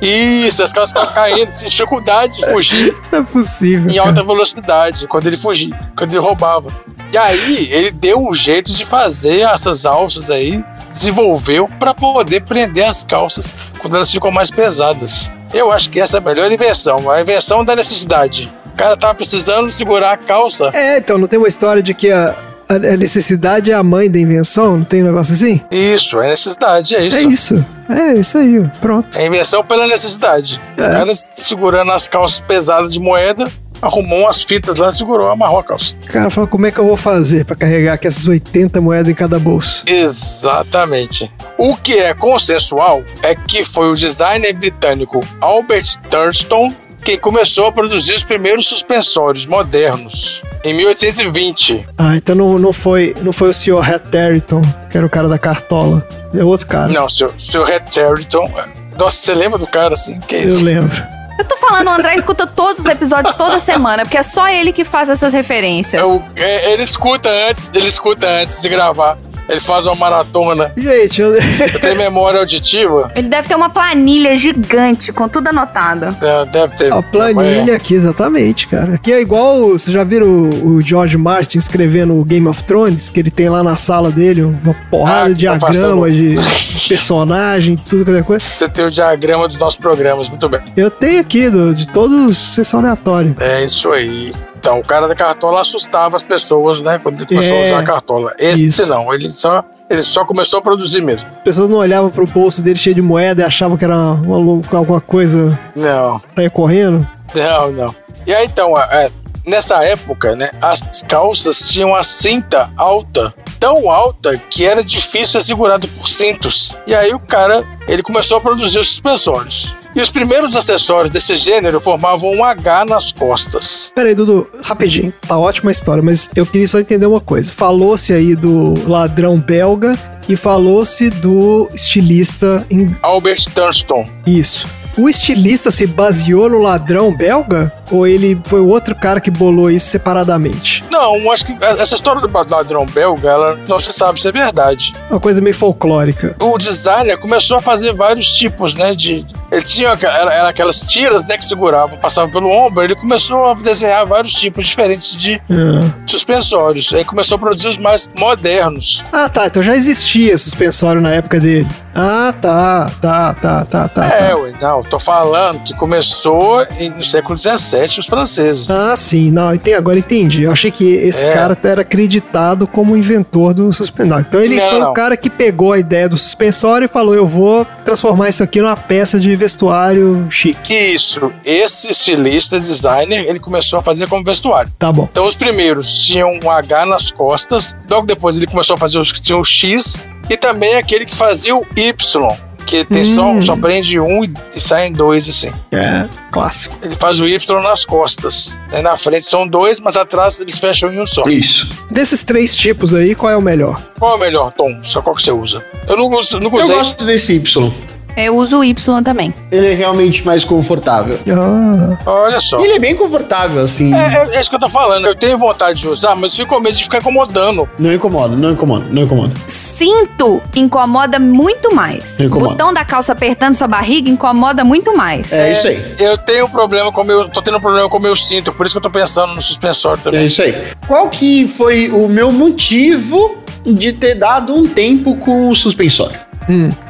Isso, as calças estavam caindo, tinha dificuldade de fugir
não é possível.
em
cara.
alta velocidade, quando ele fugia, quando ele roubava. E aí, ele deu um jeito de fazer essas alças aí, desenvolveu para poder prender as calças quando elas ficam mais pesadas. Eu acho que essa é a melhor invenção, a invenção da necessidade. O cara tava precisando segurar a calça.
É, então, não tem uma história de que a, a necessidade é a mãe da invenção? Não tem um negócio assim?
Isso, é necessidade, é isso.
É isso. É isso aí, ó. pronto.
É invenção pela necessidade. O cara segurando as calças pesadas de moeda, arrumou umas fitas lá, segurou, amarrou a calça.
O cara fala, como é que eu vou fazer pra carregar aqui essas 80 moedas em cada bolso?
Exatamente. O que é consensual é que foi o designer britânico Albert Thurston quem começou a produzir os primeiros suspensórios modernos. Em 1820.
Ah, então não, não, foi, não foi o senhor Hat Territon, que era o cara da cartola. É outro cara.
Não, seu, seu Red Territon. é. Nossa, você lembra do cara assim? Que
Eu
isso?
lembro.
Eu tô falando, o André escuta todos os episódios toda semana, porque é só ele que faz essas referências.
É o- é, ele escuta antes, ele escuta antes de gravar. Ele faz uma maratona.
Gente, eu...
Tem memória auditiva?
Ele deve ter uma planilha gigante com tudo anotado.
É, Deve ter.
a planilha aqui, exatamente, cara. Aqui é igual. o- Vocês já viram o, o George Martin escrevendo o Game of Thrones? Que ele tem lá na sala dele uma porrada
Ah,
de
que tá
diagrama, de personagem, tudo qualquer coisa.
Você tem o diagrama dos nossos programas, muito bem.
Eu tenho aqui, do- de todos, sessão aleatória.
É isso aí. Então, o cara da cartola assustava as pessoas, né? Quando ele começou
É,
a usar a cartola. Esse
isso.
não, ele só, ele só começou a produzir mesmo.
As pessoas não olhavam pro bolso dele cheio de moeda e achavam que era uma lou- alguma coisa
Não,
saia correndo.
não, não. E aí, então, é, é, nessa época, né? As calças tinham a cinta alta, tão alta que era difícil ser segurado por cintos. E aí, o cara, ele começou a produzir os suspensórios. E os primeiros acessórios desse gênero formavam um H nas costas.
Pera aí, Dudu, rapidinho. Tá ótima a história, mas eu queria só entender uma coisa. Falou-se aí do ladrão belga e falou-se do estilista em
Albert Thurston.
isso. O estilista se baseou no ladrão belga? Ou ele foi o outro cara que bolou isso separadamente?
Não, acho que essa história do ladrão belga, ela não se sabe se é verdade.
Uma coisa meio folclórica.
O designer começou a fazer vários tipos, né, de Ele tinha aqua- era, era aquelas tiras né, que seguravam, passavam pelo ombro. Ele começou a desenhar vários tipos diferentes de É.
Ah.
suspensórios. Aí começou a produzir os mais modernos.
Ah, tá. Então já existia suspensório na época dele. Ah, tá, tá, tá, tá, tá.
É,
tá.
ué, não, tô falando que começou em- no século XVII os franceses.
Ah, sim. Não, ente- agora entendi. Eu achei que esse
É.
cara era acreditado como inventor do suspensório. Então ele
Não,
foi
não.
o cara que pegou a ideia do suspensório e falou: eu vou transformar isso aqui numa peça de vestuário chique.
Que isso, esse estilista, designer, ele começou a fazer como vestuário.
Tá bom.
Então os primeiros tinham um H nas costas, logo depois ele começou a fazer os que tinham o X, e também aquele que fazia o Y, que tem
Hum.
só, só prende um e, e saem dois, assim.
É, clássico.
Ele faz o Y nas costas. Aí na frente são dois, mas atrás eles fecham em um só.
Isso.
Desses três tipos aí, qual é o melhor?
Qual é o melhor, Tom? Só qual que você usa? Eu não, gosto- nunca
Eu
usei.
gosto desse Y.
Eu uso o Y também.
Ele é realmente mais confortável.
Ah,
Olha só.
Ele é bem confortável, assim.
É, é, é isso que eu tô falando. Eu tenho vontade de usar, mas fico com medo de ficar incomodando.
Não incomoda, não incomoda, não incomoda.
Cinto incomoda muito mais.
Incomoda.
Botão da calça apertando sua barriga incomoda muito mais.
É isso aí.
Eu tenho um problema com o meu. Tô tendo um problema com o meu cinto, por isso que eu tô pensando no suspensório
É
também.
isso aí. Qual que foi o meu motivo de ter dado um tempo com o suspensório?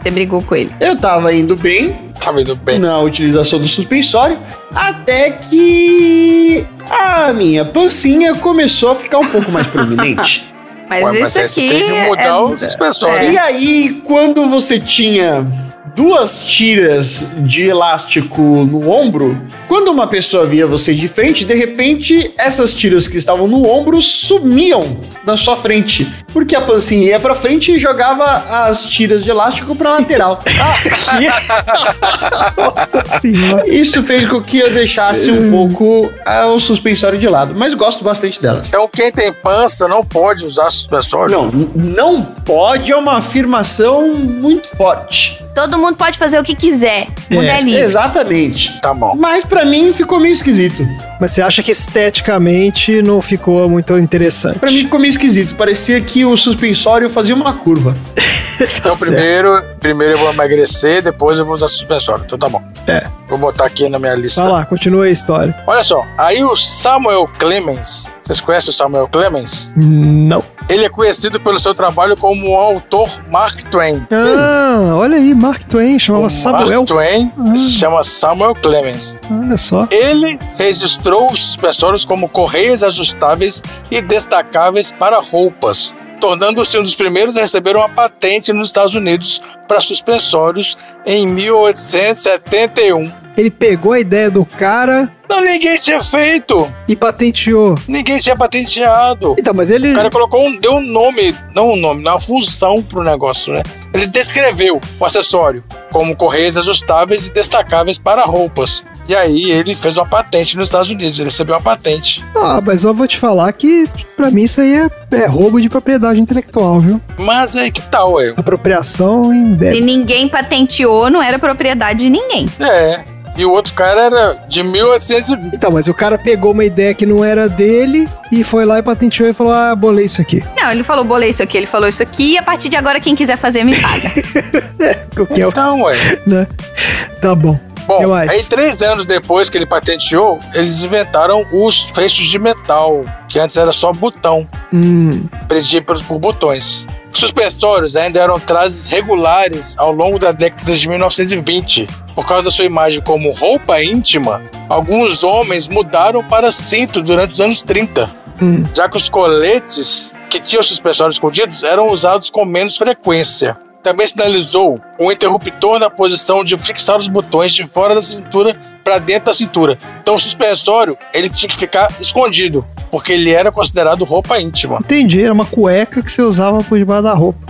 Você brigou com ele.
Eu tava indo bem,
Tá vendo bem?
na utilização do suspensório, até que a minha pancinha começou a ficar um pouco mais prominente.
Mas
Ué,
isso
aí
aqui.
Você tem que mudar
é-
o suspensório.
E aí, quando você tinha duas tiras de elástico no ombro, quando uma pessoa via você de frente, de repente essas tiras que estavam no ombro sumiam da sua frente, porque a pancinha ia pra frente e jogava as tiras de elástico pra lateral.
Ah,
nossa senhora.
Isso fez com que eu deixasse um pouco ah, o suspensório de lado, mas gosto bastante delas.
Então quem tem pança não pode usar suspensório.
Não, n- não pode é uma afirmação muito forte.
Todo mundo pode fazer o que quiser.
É,
Mundo é, livre.
Exatamente.
Tá bom.
Mas pra mim ficou meio esquisito.
Mas você acha que esteticamente não ficou muito interessante?
Pra mim ficou meio esquisito. Parecia que o suspensório fazia uma curva.
Tá
Então primeiro, primeiro eu vou emagrecer, depois eu vou usar suspensório. Então tá bom.
É.
Vou botar aqui na minha lista.
Vai lá, continua a história.
Olha só, aí o Samuel Clemens, vocês conhecem o Samuel Clemens?
Não.
Ele é conhecido pelo seu trabalho como o autor Mark Twain.
Ah, olha aí, Mark Twain, chamava
O
Samuel.
Mark Twain
Ah.
se chama Samuel Clemens.
Olha só.
Ele registrou os suspensórios como correias ajustáveis e destacáveis para roupas, tornando-se um dos primeiros a receber uma patente nos Estados Unidos para suspensórios em 1871.
Ele pegou a ideia do cara
Não, ninguém tinha feito,
e patenteou.
ninguém tinha patenteado.
Então, mas ele.
O cara colocou um, deu um nome, não um nome, não uma função pro negócio, né? Ele descreveu o acessório como correias ajustáveis e destacáveis para roupas. E aí ele fez uma patente nos Estados Unidos, ele recebeu uma patente.
Ah, mas eu vou te falar que pra mim isso aí é, é roubo de propriedade intelectual, viu?
Mas aí que tal, ué?
Apropriação em
E
débito.
ninguém patenteou, não era propriedade de ninguém.
É. E o outro cara era de 1820.
Então, mas o cara pegou uma ideia que não era dele e foi lá e patenteou e falou: ah, bolei isso aqui.
Não, ele falou, bolei isso aqui, ele falou isso aqui, e a partir de agora quem quiser fazer me paga.
O que é o.
Então, ué.
né? Tá bom. Que
Bom,
mais?
aí três anos depois que ele patenteou, eles inventaram os feixes de metal, que antes era só botão.
Hum,
preendidos por botões. Os suspensórios ainda eram trajes regulares ao longo da década de 1920. Por causa da sua imagem como roupa íntima, alguns homens mudaram para cinto durante os anos 30,
hum.
já que os coletes que tinham suspensórios escondidos eram usados com menos frequência. Também sinalizou um interruptor na posição de fixar os botões de fora da cintura para dentro da cintura. Então o suspensório ele tinha que ficar escondido, porque ele era considerado roupa íntima.
Entendi, era uma cueca que você usava por debaixo da roupa.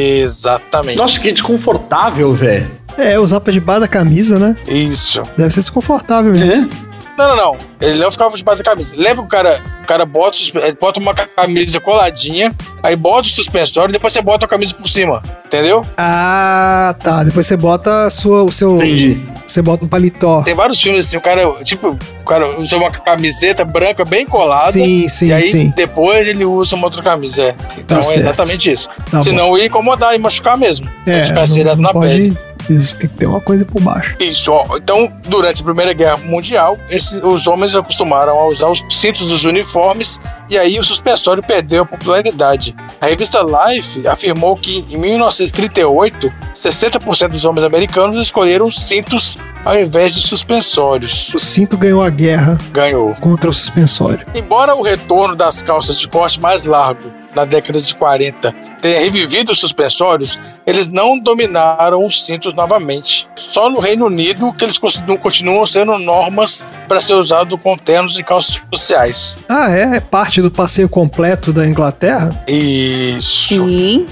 Exatamente.
Nossa, que desconfortável, velho.
É, usar pra debaixo da camisa, né?
Isso.
Deve ser desconfortável né?
É.
mesmo.
Não, não, não. Ele não ficava debaixo da camisa. Lembra que o cara, o cara bota, os- ele bota uma ca- camisa coladinha, aí bota o suspensório e depois você bota a camisa por cima. Entendeu?
Ah, tá. Depois você bota a sua, o seu.
Entendi.
Você bota um paletó.
Tem vários filmes assim, o cara, tipo, o cara usa uma camiseta branca bem colada.
Sim, sim,
e aí
sim. Tá
depois ele usa uma outra camisa. É. Então é
certo.
exatamente isso.
Tá bom.
Senão ia incomodar e machucar mesmo.
É,
ficar direto
não
na
pode
pele.
preciso. Tem que ter uma coisa por baixo.
Isso, ó. Então, durante a Primeira Guerra Mundial, esses- os homens acostumaram a usar os cintos dos uniformes e aí o suspensório perdeu a popularidade. A revista Life afirmou que em 1938, 60% dos homens americanos escolheram cintos ao invés de suspensórios.
O cinto ganhou a guerra
Ganhou.
contra o suspensório.
Embora o retorno das calças de corte mais largo na década de 40 tenha revivido os suspensórios, eles não dominaram os cintos novamente. Só no Reino Unido que eles continuam, continuam sendo normas para ser usado com ternos e calças sociais.
Ah, é? É parte do passeio completo da Inglaterra?
Isso.
Sim.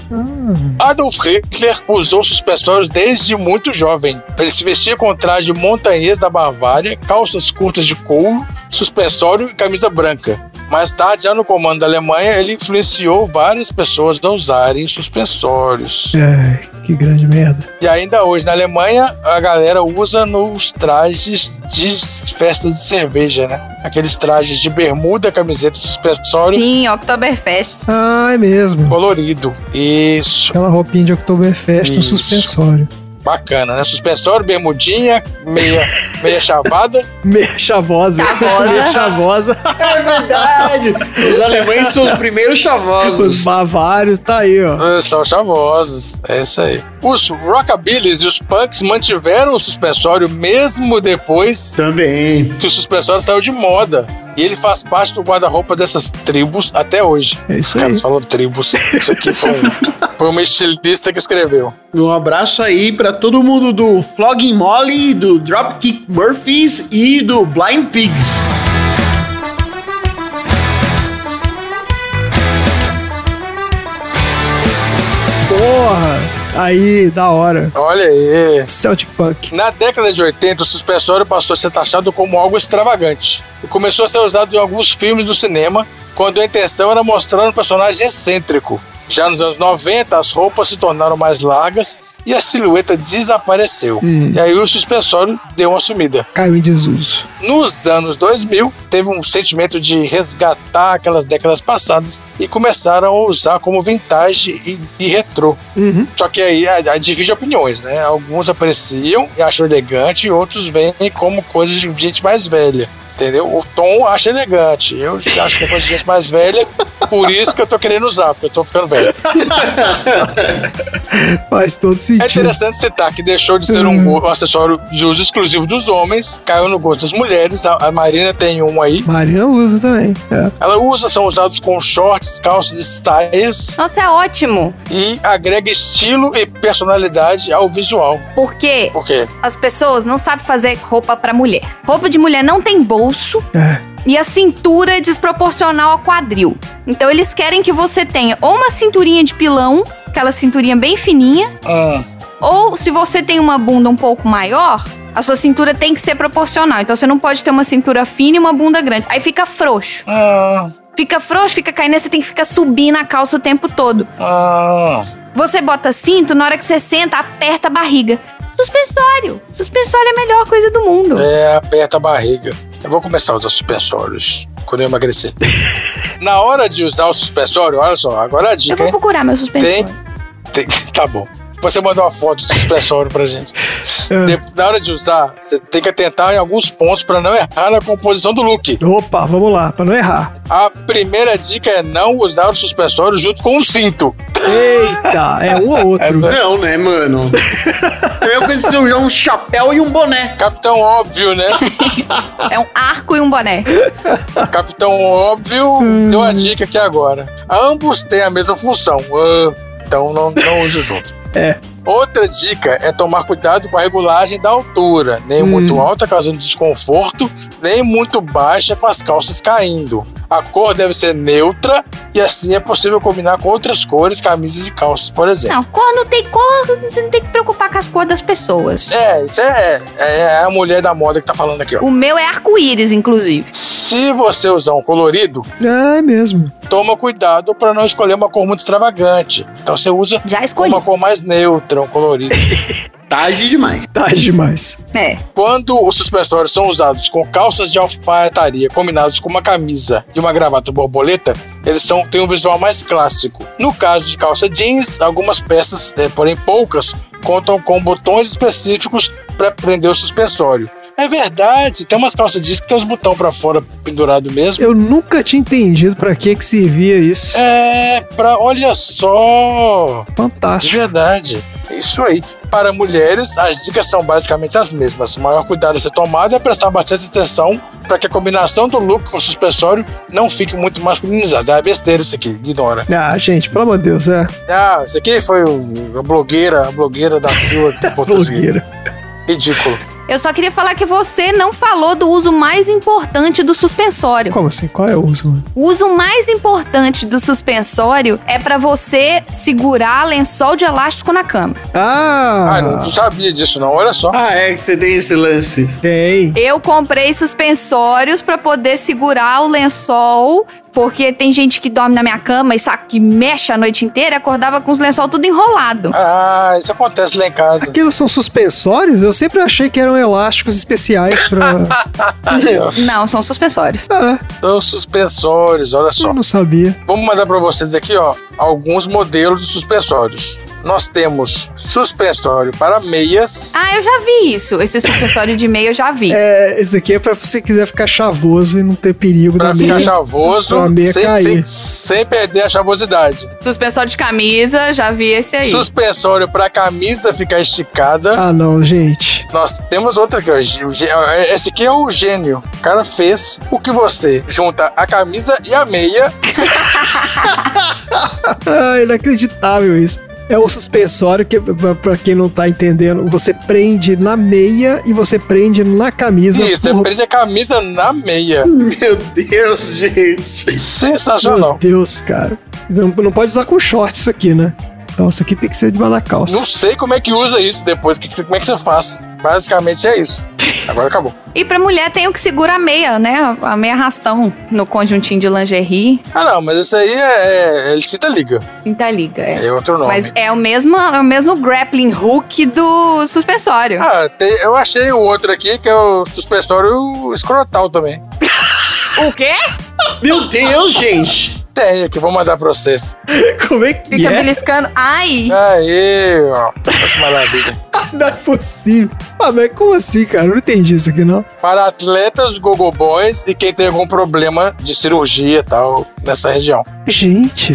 Adolf Hitler usou suspensórios desde muito jovem. Ele se vestia com traje montanhês da Bavária, calças curtas de couro, suspensório e camisa branca. Mais tarde, já no comando da Alemanha, ele influenciou várias pessoas a usarem suspensórios.
É, que grande merda.
E ainda hoje, na Alemanha, a galera usa nos trajes de festa de cerveja, né? Aqueles trajes de bermuda, camiseta, suspensório
Sim, Oktoberfest.
Ah, é mesmo.
colorido. Isso.
Aquela roupinha de Oktoberfest, um
Isso.
suspensório.
Bacana, né? Suspensório, bermudinha, meia, meia chavada.
Meia chavosa.
Chavosa.
Meia chavosa.
É verdade! Os alemães são os primeiros
Os
chavosos.
bavários, tá aí, ó.
Ah, São chavosos, é isso aí. Os rockabillys e os punks mantiveram o suspensório mesmo depois
Também.
que o suspensório saiu de moda. E ele faz parte do guarda-roupa dessas tribos até hoje.
É isso
Os
aí.
caras falam tribos. Isso aqui foi, um- foi uma estilista que escreveu.
Um abraço aí pra todo mundo do Flogging Molly, do Dropkick Murphys e do Blind Pigs.
Porra! Aí, da hora.
Olha aí.
Celtic Punk.
Na década de 80, o suspensório passou a ser taxado como algo extravagante e começou a ser usado em alguns filmes do cinema, quando a intenção era mostrar um personagem excêntrico. Já nos anos 90, as roupas se tornaram mais largas e a silhueta desapareceu. E aí o suspensório deu uma sumida.
Caiu em desuso.
Nos anos 2000, teve um sentimento de resgatar aquelas décadas passadas e começaram a usar como vintage e, e retrô.
Uhum.
Só que aí a- a divide opiniões, né? Alguns apreciam e acham elegante, e outros veem como coisa de gente mais velha. Entendeu? O Tom acha elegante. Eu já acho que é coisa de gente mais velha, por isso que eu tô querendo usar, porque eu tô ficando velho.
Faz todo
É
sentido.
interessante citar que deixou de ser um, go- um acessório de uso exclusivo dos homens, caiu no gosto das mulheres. A, a Marina tem um aí.
Marina usa também. É.
Ela usa, são usados com shorts, calças e saias
Nossa, é ótimo.
e agrega estilo e personalidade ao visual.
Porque
Por quê?
as pessoas não sabem fazer roupa pra mulher. Roupa de mulher não tem bolso
É.
e a cintura é desproporcional ao quadril. Então eles querem que você tenha ou uma cinturinha de pilão, aquela cinturinha bem fininha,
Hum,
ou se você tem uma bunda um pouco maior, a sua cintura tem que ser proporcional. Então você não pode ter uma cintura fina e uma bunda grande. Aí fica frouxo.
hum,
Fica frouxo, fica caindo, aí você tem que ficar subindo a calça o tempo todo.
hum.
Você bota cinto, na hora que você senta, aperta a barriga. Suspensório! Suspensório é a melhor coisa do mundo.
É, aperta a barriga. Eu vou começar a usar suspensórios quando eu emagrecer. Na hora de usar o suspensório, olha só, agora a
Eu
dica,
vou
hein?
procurar meu
Tem,
suspensório.
tem- Tá bom. Você mandou uma foto do suspensório pra gente. De- na hora de usar, você tem que atentar em alguns pontos pra não errar na composição do look.
Opa, vamos lá, pra não errar.
A primeira dica é não usar o suspensório junto com o cinto.
Eita, é um ou outro.
Não, né, mano? Eu preciso usar um chapéu e um boné.
Capitão óbvio, né?
É um arco e um boné.
Capitão óbvio deu a dica aqui agora. Ambos têm a mesma função. ah, então não, não use junto.
É.
Outra dica é tomar cuidado com a regulagem da altura. Nem muito alta, causando desconforto, nem muito baixa, com as calças caindo. A cor deve ser neutra e assim é possível combinar com outras cores, camisas e calças, por exemplo.
Não, cor não tem cor, você não tem que preocupar com as cores das pessoas.
É, isso é, é a mulher da moda que tá falando aqui, ó.
O meu é arco-íris, inclusive.
Se você usar um colorido,
É mesmo.
toma cuidado para não escolher uma cor muito extravagante. Então você usa
Já escolhi.
uma cor mais neutra, um colorido.
Tarde demais.
Tarde Tá demais.
É.
Quando os suspensórios são usados com calças de alfaiataria combinados com uma camisa e uma gravata borboleta, eles são, têm um visual mais clássico. No caso de calça jeans, algumas peças, eh, é, porém poucas, contam com botões específicos para prender o suspensório. É verdade, tem umas calças jeans que tem os botões para fora pendurado mesmo.
Eu nunca tinha entendido pra que que servia isso. É
É, pra, olha só, de
Fantástico.
verdade. É isso aí. Para mulheres, as dicas são basicamente as mesmas. O maior cuidado a ser tomado é prestar bastante atenção para que a combinação do look com o suspensório não fique muito masculinizada. É besteira isso aqui, ignora.
Ah, gente, pelo amor de Deus, é.
Ah, isso aqui foi o- a blogueira, a blogueira da Silva. que botou isso aqui.
Blogueira.
Ridículo.
Eu só queria falar que você não falou do uso mais importante do suspensório.
Como assim? Qual é o uso? mano?
O uso mais importante do suspensório é pra você segurar lençol de elástico na cama.
Ah,
Ah, não sabia disso não, olha só.
Ah, é que você tem esse lance.
tem.
Eu comprei suspensórios pra poder segurar o lençol, porque tem gente que dorme na minha cama e saco que mexe a noite inteira, e acordava com os lençol tudo enrolado.
Ah, isso acontece lá em casa.
Aqueles são suspensórios? Eu sempre achei que eram elásticos especiais pra.
Não, são suspensórios.
ah,
São suspensórios, olha só.
eu não sabia.
Vamos mandar para vocês aqui, ó, alguns modelos de suspensórios. Nós temos suspensório para meias.
Ah, eu já vi isso. Esse suspensório de meia eu já vi.
É, esse aqui é pra você quiser ficar chavoso e não ter perigo
Pra
da
ficar
meia.
chavoso,
é- pra meia
sem,
cair.
sem, sem perder a chavosidade.
Suspensório de camisa, já vi esse aí.
Suspensório para camisa ficar esticada.
Ah, não, gente.
Nós temos outra aqui, ó. gê- gê- ó, Esse aqui é o gênio. O cara fez o que você junta a camisa e a meia.
Ah, inacreditável isso. É o suspensório que, pra- pra quem não tá entendendo, você prende na meia e você prende na camisa.
E você
por-
prende a camisa na meia.
Meu Deus, gente.
Meu
Sensacional.
Deus, cara. Não, não pode usar com short isso aqui, né? Então isso aqui tem que ser debaixo da calça.
Não sei como é que usa isso depois. que- que- Como é que você faz? Basicamente é isso. Agora acabou.
E pra mulher tem o que segura a meia, né? A meia arrastão no conjuntinho de lingerie.
Ah, não, mas isso aí é, é, é Cita Liga.
Quinta liga, é.
É outro nome.
Mas é o, mesmo, é o mesmo grappling hook do suspensório.
Ah, tem- eu achei o outro aqui, que é o suspensório escrotal também.
Ah, O quê?
Meu Deus, gente.
Tem, que eu vou mandar pra vocês.
Como é que
Fica beliscando. Ai!
Aí, ó. Que maravilha.
Não é possível. Ah, mas como assim, cara? Eu não entendi isso aqui, não.
Para atletas, gogoboys e quem tem algum problema de cirurgia e tal nessa região.
Gente,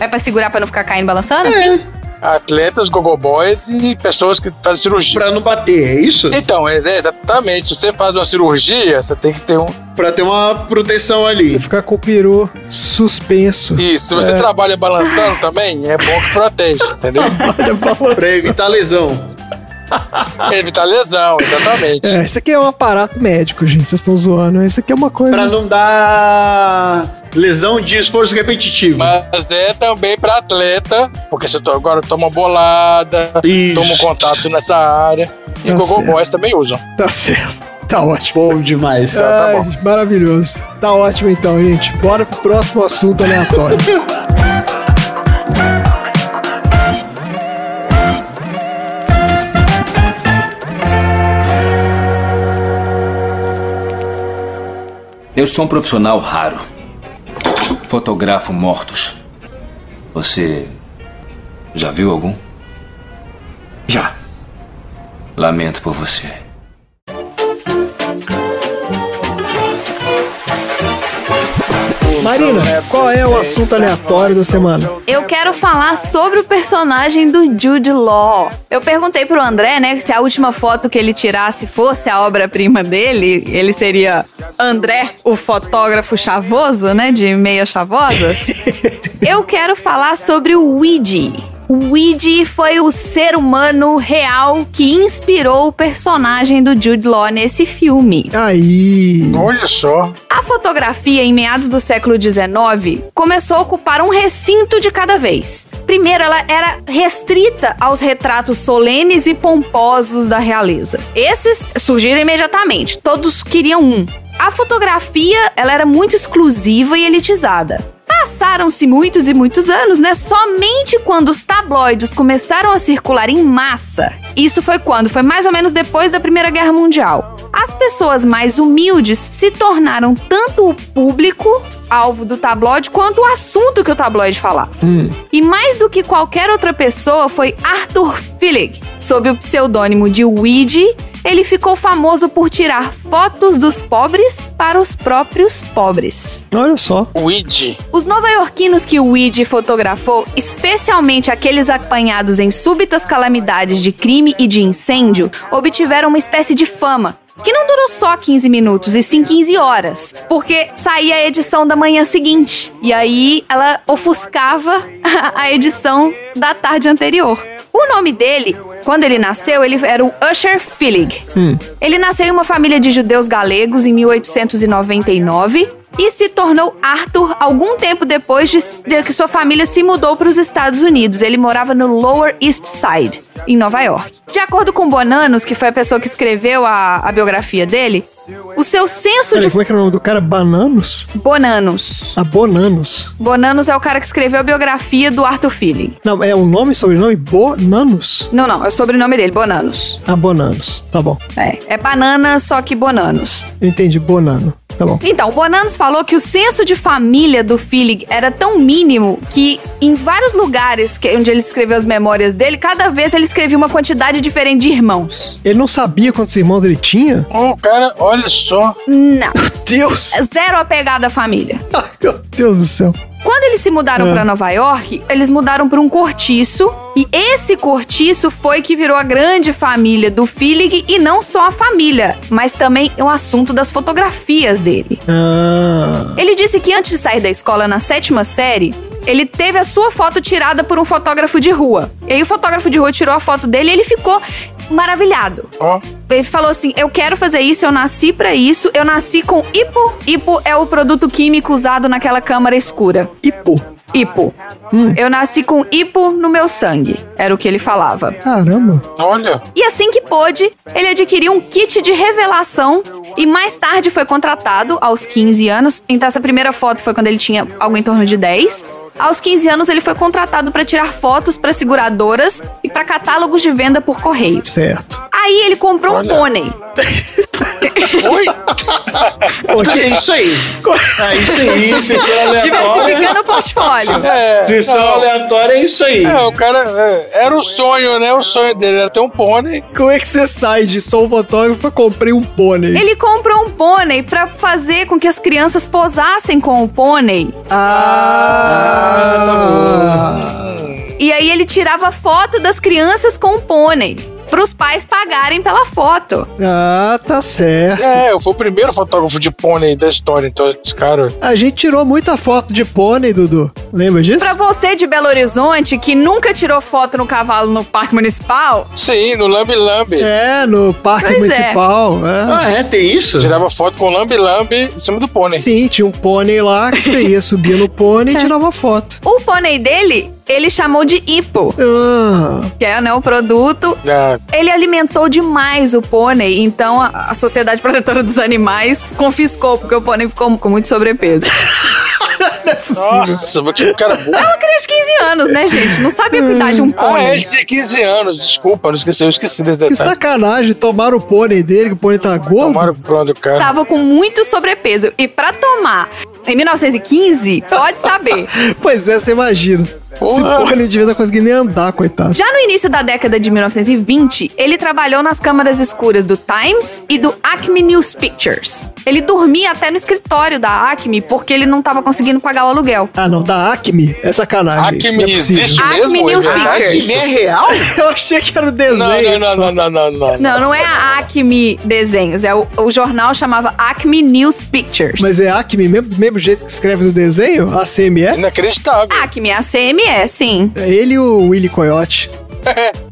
É pra segurar pra não ficar caindo balançando? assim?
Atletas, gogoboys e pessoas que fazem cirurgia.
Pra não bater, é isso?
Então, é- é exatamente. Se você faz uma cirurgia, você tem que ter um.
Pra ter uma proteção
eu
ali.
ficar com o peru suspenso.
Isso. Se você
É.
trabalha balançando também, é bom que protege, entendeu?
Olha, balança.
Pra evitar lesão.
Evitar lesão, exatamente.
É, isso aqui é um aparato médico, gente. Vocês estão zoando. Isso aqui é uma coisa.
Pra não dar lesão de esforço repetitivo.
Mas é também pra atleta, porque você to- agora toma bolada,
Isso.
toma um contato nessa área. E
Tá
Google
certo.
Boys também usam.
Tá certo. Tá ótimo.
Bom demais.
tá
Ai,
bom.
maravilhoso. Tá ótimo então, gente. Bora pro próximo assunto aleatório.
Eu sou um profissional raro. Fotografo mortos. Você já viu algum? Já. Lamento por você.
Marina, qual é o assunto aleatório da semana?
Eu quero falar sobre o personagem do Jude Law. Eu perguntei pro André, né, se a última foto que ele tirasse fosse a obra-prima dele, ele seria André, o fotógrafo chavoso, né, de meias chavosas. Eu quero falar sobre o Ouija. O Ouija foi o ser humano real que inspirou o personagem do Jude Law nesse filme.
Aí.
Olha só.
A fotografia, em meados do século XIX, começou a ocupar um recinto de cada vez. Primeiro, ela era restrita aos retratos solenes e pomposos da realeza. Esses surgiram imediatamente, todos queriam um. A fotografia, ela era muito exclusiva e elitizada. Passaram-se muitos e muitos anos, né? Somente quando os tabloides começaram a circular em massa. Isso foi quando? Foi mais ou menos depois da Primeira Guerra Mundial. As pessoas mais humildes se tornaram tanto o público alvo do tabloide quanto o assunto que o tabloide falava. E mais do que qualquer outra pessoa foi Arthur Philip. Sob o pseudônimo de Ouija, ele ficou famoso por tirar fotos dos pobres para os próprios pobres.
Olha só.
Weed.
Os nova-iorquinos que o Weed fotografou, especialmente aqueles apanhados em súbitas calamidades de crime e de incêndio, obtiveram uma espécie de fama. Que não durou só 15 minutos, e sim 15 horas, porque saía a edição da manhã seguinte. E aí ela ofuscava a edição da tarde anterior. O nome dele, quando ele nasceu, ele era o Usher Phillig. Ele nasceu em uma família de judeus galegos em 1899 e se tornou Arthur algum tempo depois de, de que sua família se mudou para os Estados Unidos. Ele morava no Lower East Side, em Nova York. De acordo com Bonanos, que foi a pessoa que escreveu a, a biografia dele, o seu senso
Peraí,
de
como é que era o nome do cara? Bananos?
Bonanos.
Ah, Bonanos.
Bonanos é o cara que escreveu a biografia do Arthur Feeling.
Não, é o nome e sobrenome? Bonanos?
Não, não, é o sobrenome dele, Bonanos.
Ah, Bonanos. Tá bom.
É, é banana, só que Bonanos.
Entendi, Bonano. Tá bom.
Então, o Bonanos falou que o senso de família do Philip era tão mínimo que em vários lugares que- onde ele escreveu as memórias dele, cada vez ele escrevia uma quantidade diferente de irmãos.
Ele não sabia quantos irmãos ele tinha?
O cara, olha só.
Não.
Deus!
Zero apegado à família.
Ai, Meu Deus do céu.
Quando eles se mudaram pra Nova York, eles mudaram pra um cortiço. E esse cortiço foi que virou a grande família do Philip e não só a família, mas também o assunto das fotografias dele.
Ah,
Ele disse que antes de sair da escola, na sétima série, ele teve a sua foto tirada por um fotógrafo de rua. E aí o fotógrafo de rua tirou a foto dele e ele ficou maravilhado.
Ó,
Ele falou assim: Eu quero fazer isso, eu nasci pra isso, eu nasci com hipo. Hipo é o produto químico usado naquela câmara escura.
hipo.
Hipo. Eu nasci com hipo no meu sangue, era o que ele falava.
Caramba.
olha.
E assim que pôde, ele adquiriu um kit de revelação e mais tarde foi contratado aos 15 anos. Então essa primeira foto foi quando ele tinha algo em torno de 10. Aos 15 anos ele foi contratado para tirar fotos para seguradoras e para catálogos de venda por correio.
Certo.
Aí ele comprou
Olha.
um pônei.
Oi?
É isso aí. É isso aí, sessão aleatória.
Diversificando o portfólio.
É,
Sessão aleatória é isso aí.
é, o cara. é, era o sonho, né? O sonho dele era ter um pônei.
Como é que você sai de sou fotógrafo pra comprei um pônei?
Ele comprou um pônei para fazer com que as crianças posassem com o pônei
Ah, tá
Ah!
E aí ele tirava foto das crianças com o pônei. Pros pais pagarem pela foto.
Ah, tá certo.
É, eu fui o primeiro fotógrafo de pônei da história, então esse cara.
A gente tirou muita foto de pônei, Dudu. Lembra disso?
Pra você de Belo Horizonte, que nunca tirou foto no cavalo no Parque Municipal,
Sim, no Lambi Lambi.
É, no Parque
Pois é.
Municipal. é.
Ah, é? Tem isso?
Tirava foto com o Lambi Lambi em cima do pônei.
Sim, tinha um pônei lá que você ia subir no
É.
pônei e tirava foto.
o pônei dele, ele chamou de hipo,
Ah,
que é né, o produto.
Ah,
Ele alimentou demais o pônei, então a, a Sociedade Protetora dos Animais confiscou, porque o pônei ficou com muito sobrepeso.
não é possível.
nossa, mas que cara burro.
Uma criança de 15 anos, né, gente? Não sabia cuidar de um
Ah, é,
pônei.
de 15 anos, desculpa, não esqueci, eu esqueci desse
Que
detalhe.
sacanagem, tomaram o pônei dele, que o pônei tá gordo.
Tomaram o plano do cara.
Tava com muito sobrepeso. E pra tomar, em 1915, pode saber.
Pois é, você imagina.
Porra.
Esse pônei devia não conseguir nem andar, coitado.
Já no início da década de 1920, ele trabalhou nas câmaras escuras do Times e do Acme News Pictures. Ele dormia até no escritório da Acme porque ele não estava conseguindo pagar o aluguel.
Ah, não, da Acme. É sacanagem. isso, não é
Acme
possível.
existe
Acme
mesmo?
News
é verdade?
Pictures.
É real?
Eu achei que era o desenho.
Não, não, não,
só.
não, não, não, não,
Não, não é a Acme Desenhos, é o, o jornal chamava Acme News Pictures.
Mas é Acme mesmo, do mesmo jeito que escreve no desenho? ACME?
Inacreditável.
Acme, a CME, sim.
É Ele e o Willy Coyote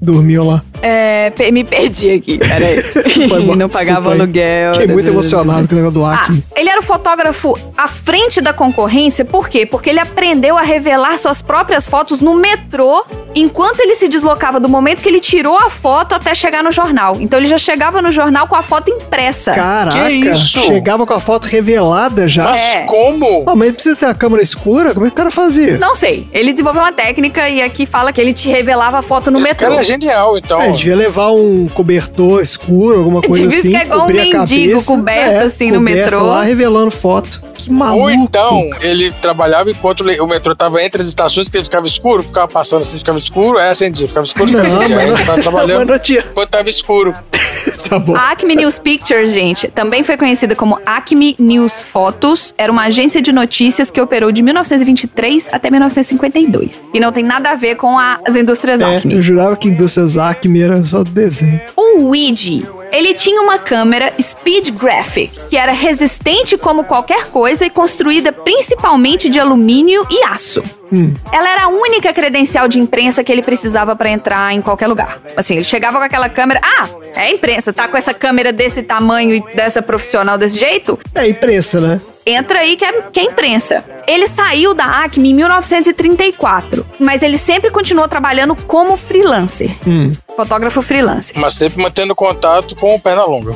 dormiam lá.
É, pe- me perdi aqui, peraí.
Foi bom,
não pagava
desculpa aí.
aluguel. né,
Fiquei muito emocionado com o negócio do
Ah,
Acme.
ele era o fotógrafo à frente da concorrência, por quê? Porque ele aprendeu a revelar suas próprias fotos no metrô enquanto ele se deslocava do momento que ele tirou a foto até chegar no jornal. Então ele já chegava no jornal com a foto impressa.
Caraca,
Que isso?
chegava com a foto revelada já.
Mas
É.
como?
Ah, mas precisa ter a câmera escura? Como é que o cara fazia?
Não sei. Ele desenvolveu uma técnica e aqui fala que ele te revelava a foto no
Esse
metrô.
cara é genial, então.
É, devia levar um cobertor escuro, alguma coisa
Devia
assim.
ficar igual um
cobrir a
mendigo
cabeça. É,
coberto, assim, no
coberto
metrô.
lá, revelando foto. Que maluco.
Ou então, ele trabalhava enquanto le- o metrô tava entre as estações, que ele ficava escuro, ficava passando assim, ficava escuro, é, acendia, ficava escuro,
Não,
ficava escuro. Aí
mano.
ele tava
Mas
trabalhando
não tinha.
enquanto tava escuro.
Tá bom.
A Acme News Pictures, gente, também foi conhecida como Acme News Fotos, era uma agência de notícias que operou de 1923 até 1952. E não tem nada a ver com a- as indústrias
É,
Acme.
eu jurava que indústrias Acme era só desenho.
O Ouija, ele tinha uma câmera Speed Graphic, que era resistente como qualquer coisa e construída principalmente de alumínio e aço. Ela era a única credencial de imprensa que ele precisava pra entrar em qualquer lugar. Assim, ele chegava com aquela câmera. Ah, é imprensa, tá com essa câmera desse tamanho e dessa profissional desse jeito?
É imprensa, né?
Entra aí que é, que é imprensa. Ele saiu da Acme em 1934, mas ele sempre continuou trabalhando como freelancer. Fotógrafo freelancer.
Mas sempre mantendo contato com o Pernalonga.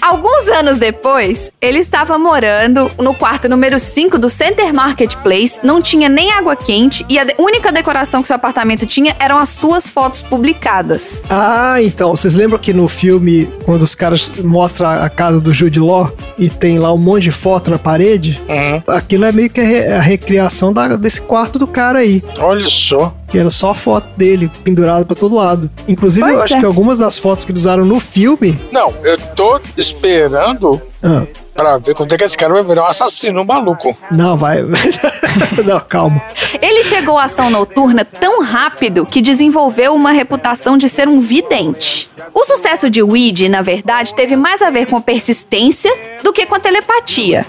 Alguns anos depois, ele estava morando no quarto número 5 do Center Marketplace, não tinha nem água quente e a de- única decoração que seu apartamento tinha eram as suas fotos publicadas.
Ah, então, vocês lembram que no filme, quando os caras mostram a casa do Jude Law e tem lá um monte de foto na parede?
Uhum.
Aquilo é meio que a, re- a recriação da- desse quarto do cara aí,
Olha só.
que era só a foto dele, pendurado pra todo lado. Inclusive, eu
Pois
acho
é.
que algumas das fotos que eles usaram no filme.
Não, eu tô esperando
Ah,
pra ver quando é que esse cara vai virar um assassino, um maluco.
não, vai. não, calma.
Ele chegou à ação noturna tão rápido que desenvolveu uma reputação de ser um vidente. O sucesso de Weed, na verdade, teve mais a ver com a persistência do que com a telepatia.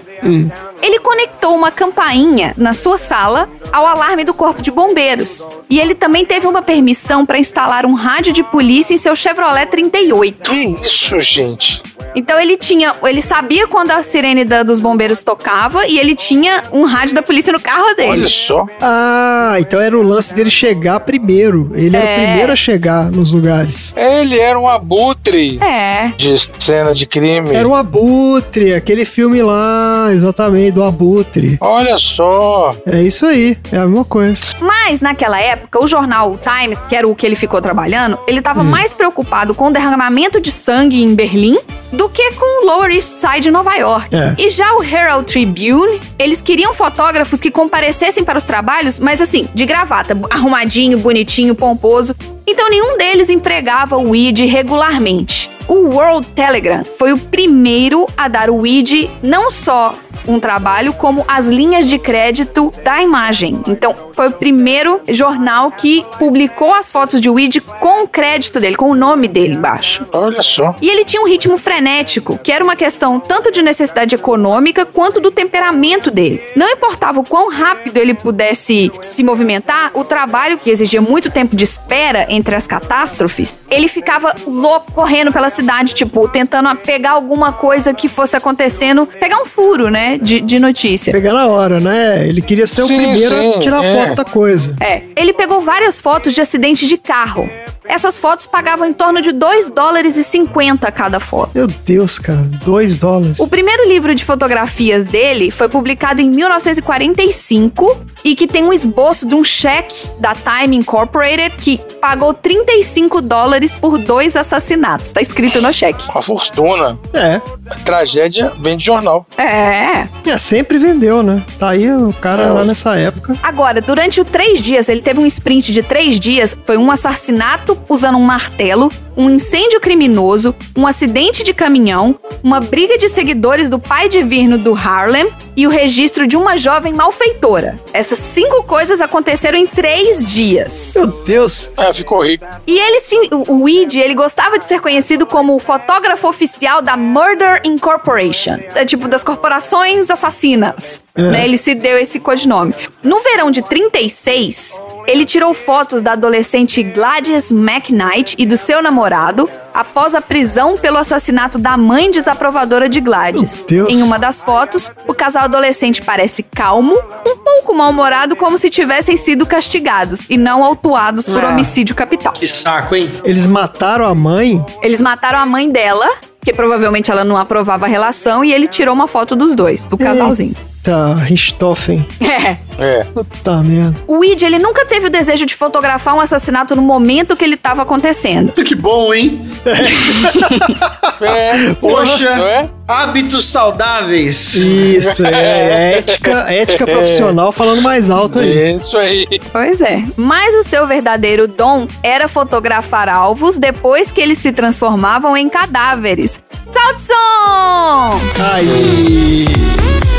Ele conectou uma campainha na sua sala ao alarme do corpo de bombeiros. E ele também teve uma permissão para instalar um rádio de polícia em seu Chevrolet 38.
Que isso, gente?
Então ele tinha, ele sabia quando a sirene da- dos bombeiros tocava e ele tinha um rádio da polícia no carro dele.
Olha só.
Ah, então era o lance dele chegar primeiro. Ele era
É.
o primeiro a chegar nos lugares.
Ele era um abutre
É.
de cena de crime.
Era um o Abutre, aquele filme lá, exatamente, do Abutre.
Olha só.
É isso aí, é a mesma coisa.
Mas naquela época, o jornal o Times, que era o que ele ficou trabalhando, ele estava mais preocupado com o derramamento de sangue em Berlim do que com o Lower East Side em Nova York.
É.
E já o Herald Tribune, eles queriam fotógrafos que comparecessem para os trabalhos, mas assim, de gravata, arrumadinho, bonitinho, pomposo. Então nenhum deles empregava o ID regularmente. O World Telegram foi o primeiro a dar o ID não só um trabalho como as linhas de crédito da imagem. Então, foi o primeiro jornal que publicou as fotos de Weed com o crédito dele, com o nome dele embaixo.
Olha só.
E ele tinha um ritmo frenético, que era uma questão tanto de necessidade econômica quanto do temperamento dele. Não importava o quão rápido ele pudesse se movimentar, o trabalho, que exigia muito tempo de espera entre as catástrofes, ele ficava louco correndo pela cidade, tipo, tentando pegar alguma coisa que fosse acontecendo, pegar um furo, né, de, de notícia.
Pegar na hora, né? Ele queria ser o
Sim,
primeiro
sim,
a tirar
é.
foto da coisa.
É, ele pegou várias fotos de acidentes de carro. Essas fotos pagavam em torno de 2 dólares e 50 cada foto.
Meu Deus, cara, dois dólares.
O primeiro livro de fotografias dele foi publicado em 1945 e que tem um esboço de um cheque da Time Incorporated que pagou 35 dólares por dois assassinatos. Tá escrito no cheque.
Uma fortuna.
É,
A tragédia vem de jornal.
É.
é, sempre vendeu, né? Tá aí o cara
É.
lá nessa época.
Agora, durante os três dias, ele teve um sprint de três dias. Foi um assassinato usando um martelo, um incêndio criminoso, um acidente de caminhão, uma briga de seguidores do pai divino do Harlem e o registro de uma jovem malfeitora. Essas cinco coisas aconteceram em três dias.
Meu Deus,
É, ficou rico.
E ele sim, o o Weed, ele gostava de ser conhecido como o fotógrafo oficial da Murder Incorporation. É tipo, das
É.
corporações assassinas. Né? Ele se deu esse codinome. No verão de 36, Ele tirou fotos da adolescente Gladys McKnight e do seu namorado após a prisão pelo assassinato da mãe desaprovadora de Gladys.
Meu Deus.
Em uma das fotos, o casal adolescente parece calmo, um pouco mal-humorado, como se tivessem sido castigados e não autuados por
Ah.
homicídio capital.
Que saco, hein?
Eles mataram a mãe?
Eles mataram a mãe dela, que provavelmente ela não aprovava a relação, e ele tirou uma foto dos dois, do casalzinho.
Tá, Richthofen.
É.
É.
Puta merda.
O Id, ele nunca teve o desejo de fotografar um assassinato no momento que ele estava acontecendo.
Que bom, hein?
é.
Poxa.
Não é?
Hábitos saudáveis.
Isso, é ética, ética profissional falando mais alto aí.
Isso aí.
Pois é. Mas o seu verdadeiro dom era fotografar alvos depois que eles se transformavam em cadáveres. Salto som!
Aí.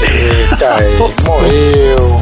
Eita,
Só-
ele morreu.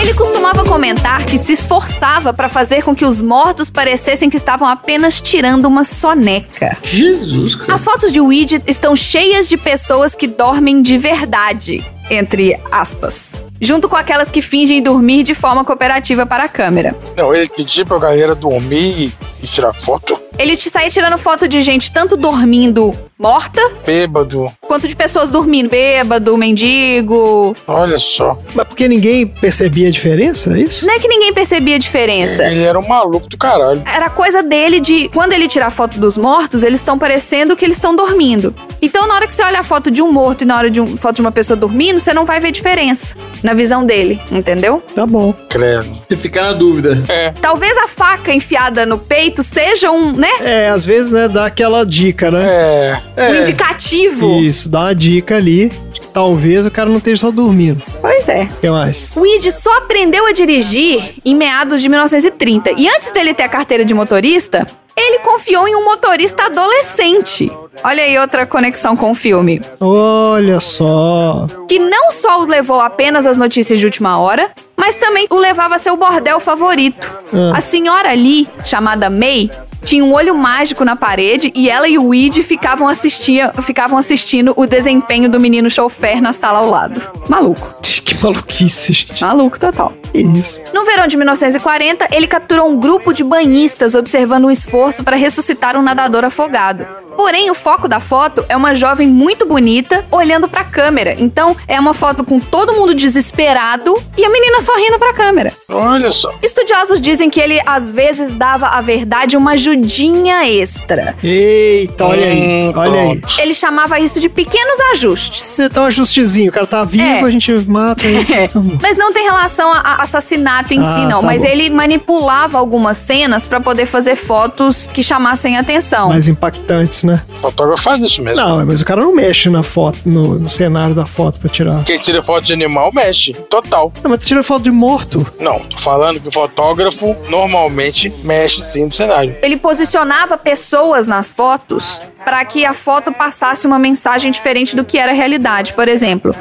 Ele costumava comentar que se esforçava para fazer com que os mortos parecessem que estavam apenas tirando uma soneca.
Jesus, cara.
As fotos de Ouija estão cheias de pessoas que dormem de verdade, entre aspas. Junto com aquelas que fingem dormir de forma cooperativa para a câmera.
Não, ele pedia pra galera dormir e tirar foto.
Ele te saía tirando foto de gente tanto dormindo morta,
Bêbado.
quanto de pessoas dormindo bêbado, mendigo.
Olha só.
Mas porque ninguém percebia a diferença, é isso?
Não é que ninguém percebia a diferença.
Ele era um maluco do caralho.
Era coisa dele de quando ele tirar foto dos mortos, eles estão parecendo que eles estão dormindo. Então, na hora que você olha a foto de um morto e na hora de um, foto de uma pessoa dormindo, você não vai ver diferença na visão dele, entendeu?
Tá bom.
Credo.
Você fica na dúvida.
Talvez a faca enfiada no peito seja um, né?
É, às vezes, né, dá aquela dica, né?
É.
Um indicativo.
Isso, dá uma dica ali. Talvez o cara não esteja só dormindo.
Pois é.
O que mais?
O Id só aprendeu a dirigir em meados de 1930. E antes dele ter a carteira de motorista, ele confiou em um motorista adolescente. Olha aí outra conexão com o filme.
Olha só.
Que não só o levou apenas às notícias de última hora, mas também o levava a seu bordel favorito.
Ah.
A senhora ali, chamada May, tinha um olho mágico na parede e ela e o Weed ficavam, assistia, ficavam assistindo o desempenho do menino chofer na sala ao lado. Maluco.
Que maluquice, gente.
Maluco total.
Que isso.
No verão de 1940, ele capturou um grupo de banhistas observando um esforço para ressuscitar um nadador afogado. Porém, o foco da foto é uma jovem muito bonita olhando para a câmera. Então, é uma foto com todo mundo desesperado e a menina sorrindo para a câmera.
Olha só.
Estudiosos dizem que ele às vezes dava à verdade uma ajudinha extra.
Eita, olha aí.
Hum,
Olha aí.
pronto.
Ele chamava isso de pequenos ajustes.
Você tá um ajustezinho, o cara tá vivo,
É.
a gente mata ele.
Mas não tem relação a, a assassinato em
Ah,
si, não.
tá
Mas
bom.
ele manipulava algumas cenas pra poder fazer fotos que chamassem atenção.
Mais impactantes, né?
Fotógrafo faz isso mesmo.
Não, mas o cara não mexe na foto, no, no cenário da foto pra tirar.
Quem tira foto de animal mexe. Total.
Não, mas tu tira foto de morto.
Não, tô falando que o fotógrafo normalmente mexe sim no cenário.
Ele posicionava pessoas nas fotos pra que a foto passasse uma mensagem diferente do que era a realidade. Por exemplo,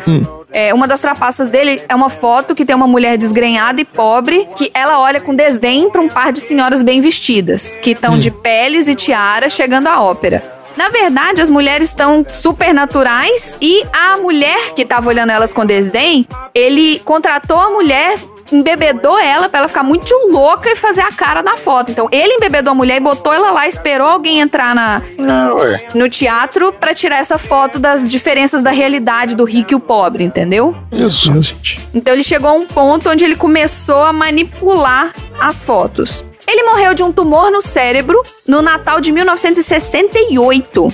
é, uma das trapaças dele é uma foto que tem uma mulher desgrenhada e pobre que ela olha com desdém pra um par de senhoras bem vestidas, que estão de peles e tiara chegando à ópera. Na verdade, as mulheres estão super naturais e a mulher que tava olhando elas com desdém, ele contratou a mulher, embebedou ela pra ela ficar muito louca e fazer a cara na foto. Então, ele embebedou a mulher e botou ela lá, esperou alguém entrar na,
Não, ué.
no teatro pra tirar essa foto das diferenças da realidade do rico e o pobre, entendeu?
Isso.
Meu Deus, gente.
Então ele chegou a um ponto onde ele começou a manipular as fotos. Ele morreu de um tumor no cérebro no Natal de 1968.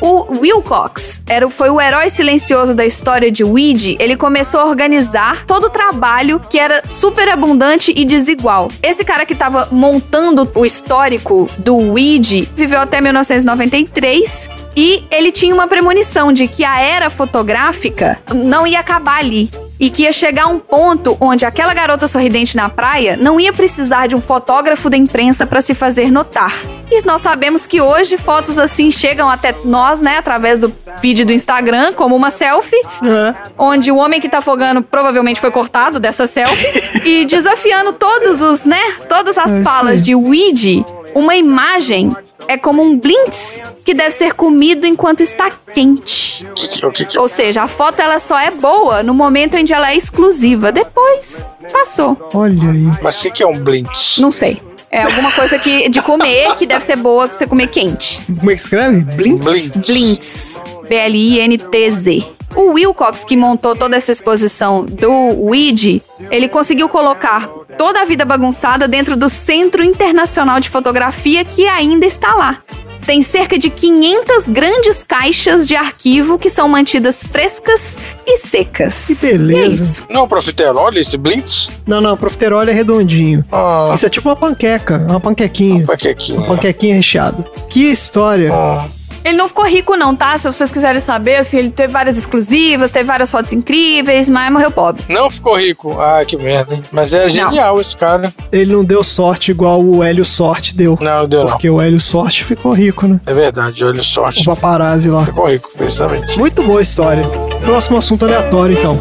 O Wilcox era, o- foi o herói silencioso da história de Weed. Ele começou a organizar todo o trabalho que era super abundante e desigual. Esse cara que tava montando o histórico do Weed viveu até 1993 e ele tinha uma premonição de que a era fotográfica não ia acabar ali. E que ia chegar um ponto onde aquela garota sorridente na praia não ia precisar de um fotógrafo da imprensa para se fazer notar. E nós sabemos que hoje fotos assim chegam até nós, né, através do feed do Instagram, como uma selfie,
É.
onde o homem que tá afogando provavelmente foi cortado dessa selfie, e desafiando todos os, né, todas as
É isso
falas
aí.
de Ouija, uma imagem é como um blintz que deve ser comido enquanto está quente.
O que, que- o que, é que-
Ou seja, a foto ela só é boa no momento em que ela é exclusiva. Depois, passou.
Olha aí.
mas o que, que é um blintz?
Não sei. É alguma coisa que de comer que deve ser boa que você comer quente.
Como é que escreve? Blink?
Blintz.
Blintz. B-L-I-N-T-Z. O Wilcox, que montou toda essa exposição do Ouija, ele conseguiu colocar toda a vida bagunçada dentro do Centro Internacional de Fotografia, que ainda está lá. Tem cerca de 500 grandes caixas de arquivo que são mantidas frescas e secas.
Que beleza.
E é isso.
Não, profiterole, esse blintz?
Não, não, profiterole é redondinho.
Ah,
Isso é tipo uma panqueca, uma panquequinha.
panquequinha.
Uma panquequinha recheada. Que história.
Ah,
Ele não ficou rico, não, tá? Se vocês quiserem saber, assim, ele teve várias exclusivas, teve várias fotos incríveis, mas morreu pobre.
não ficou rico. Ah, que merda, hein? Mas é genial esse cara.
Ele não deu sorte igual o Hélio Sorte deu.
Não, deu não.
Porque o Hélio Sorte ficou rico, né?
É verdade, olha sorte.
O paparazzi lá.
Ficou rico, precisamente.
Muito boa a história. Próximo assunto aleatório, então.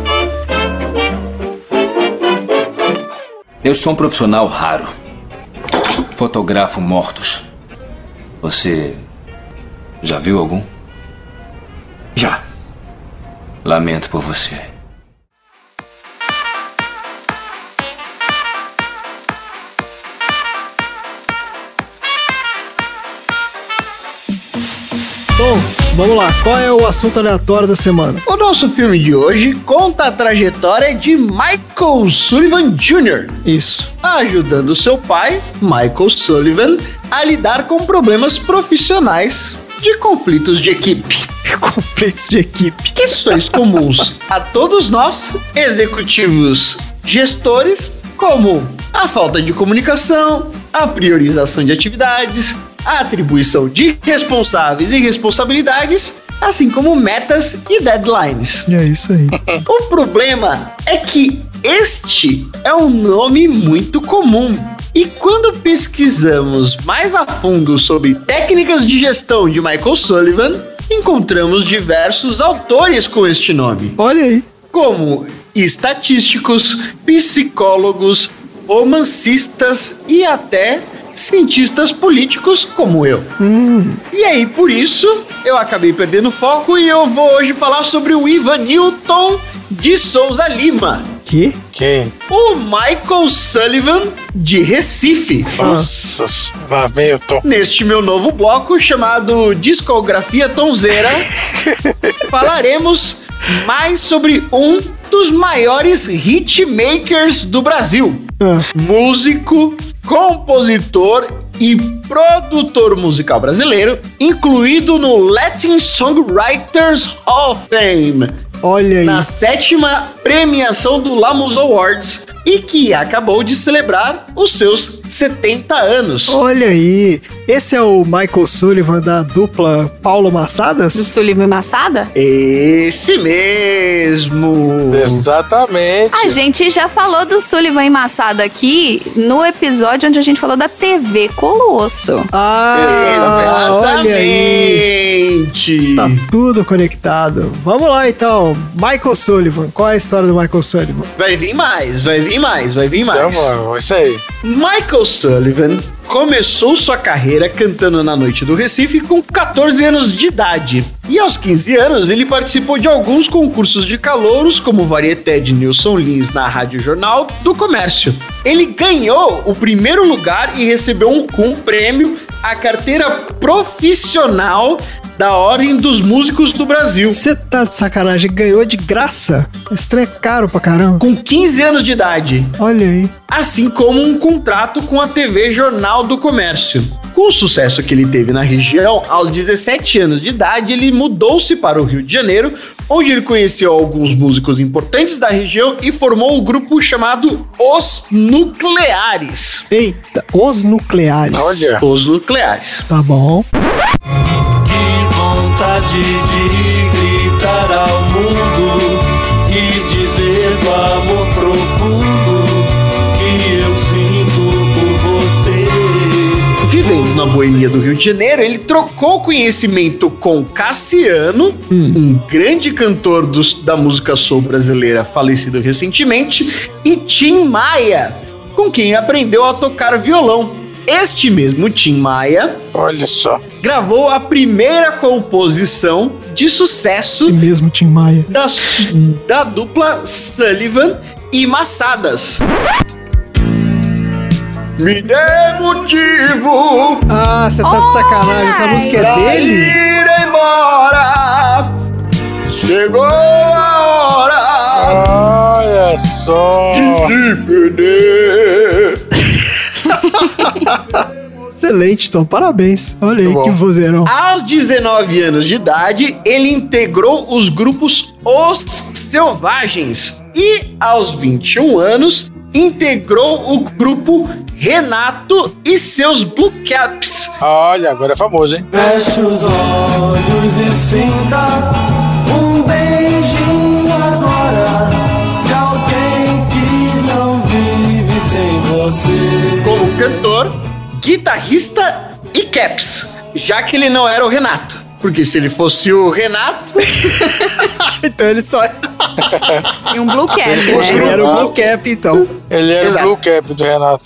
Eu sou um profissional raro. Fotografo mortos. Você já viu algum? Já. Lamento por você.
Bom, vamos lá. Qual é o assunto aleatório da semana?
O nosso filme de hoje conta a trajetória de Michael Sullivan Jr.,
Isso.
ajudando seu pai, Michael Sullivan, a lidar com problemas profissionais de conflitos de equipe.
Conflitos de equipe.
Questões comuns a todos nós, executivos, gestores, como a falta de comunicação, a priorização de atividades, a atribuição de responsáveis e responsabilidades, assim como metas e deadlines.
É isso aí.
O problema é que este é um nome muito comum. E quando pesquisamos mais a fundo sobre técnicas de gestão de Michael Sullivan, encontramos diversos autores com este nome,
Olha aí.
como estatísticos, psicólogos, romancistas e até cientistas políticos como eu. E aí, por isso, eu acabei perdendo o foco e eu vou hoje falar sobre o Ivan Newton de Souza Lima.
Que?
Que?
O Michael Sullivan de Recife.
Nossa, lá vem o Tom.
Neste meu novo bloco chamado Discografia Tonzeira, falaremos mais sobre um dos maiores hitmakers do Brasil.
Ah.
Músico, compositor e produtor musical brasileiro, incluído no Latin Songwriters Hall of Fame,
Olha aí.
na sétima premiação do Lamus Awards e que acabou de celebrar os seus 70 anos.
Olha aí. Esse é o Michael Sullivan da dupla Paulo
Do
Massadas?
Sullivan Massada?
Esse mesmo.
Exatamente.
A gente já falou do Sullivan e Massada aqui no episódio onde a gente falou da TV Colosso.
Ah, olha aí.
Exatamente.
Tá tudo conectado. Vamos lá então. Michael Sullivan. Qual é a história do Michael Sullivan?
Vai vir mais, vai vir mais, vai vir mais.
Então, é isso aí.
Michael Sullivan começou sua carreira cantando na Noite do Recife com 14 anos de idade. E aos 15 anos, ele participou de alguns concursos de calouros, como o Varieté de Nilson Lins na Rádio Jornal do Comércio. Ele ganhou o primeiro lugar e recebeu um, com um prêmio a carteira profissional da Ordem dos Músicos do Brasil.
Você tá de sacanagem. Ganhou de graça. Esse trem é caro pra caramba.
Com 15 anos de idade,
Olha aí.
assim como um contrato com a TV Jornal do Comércio. Com o sucesso que ele teve na região, aos 17 anos de idade, ele mudou-se para o Rio de Janeiro, onde ele conheceu alguns músicos importantes da região e formou o um grupo chamado Os Nucleares.
Eita, os nucleares.
Olha.
Os Nucleares.
Tá bom.
Que vontade de gritar ao mundo e dizer do amor profundo que eu sinto por você.
Vivendo na boemia do Rio de Janeiro, ele trocou conhecimento com Cassiano, um grande cantor dos- da música soul brasileira falecido recentemente, e Tim Maia, com quem aprendeu a tocar violão. Este mesmo Tim Maia
Olha só.
gravou a primeira composição de
E
sucesso
mesmo Tim Maia.
da, s- da dupla Sullivan e Massadas. Me dê motivo
Ah, você tá de sacanagem. Essa
Ai.
música é
pra
dele?
ir embora. Chegou a hora
Olha só.
de se perder.
Excelente, Tom. Parabéns. Olha aí
Muito
que
bom.
vozeirão.
Aos 19 anos de idade, ele integrou os grupos Os Selvagens e, aos 21 anos, integrou o grupo Renato e seus Blue Caps.
Olha, agora é famoso, hein?
Feche os olhos e sinta um beijinho agora de alguém que não vive sem você.
Como cantor, guitarrista e caps, já que ele não era o Renato. Porque se ele fosse o Renato,
Então ele só
E um blue cap,
ele
né?
era o Blue Cap, então.
Ele era
Exato.
o Blue Cap do Renato.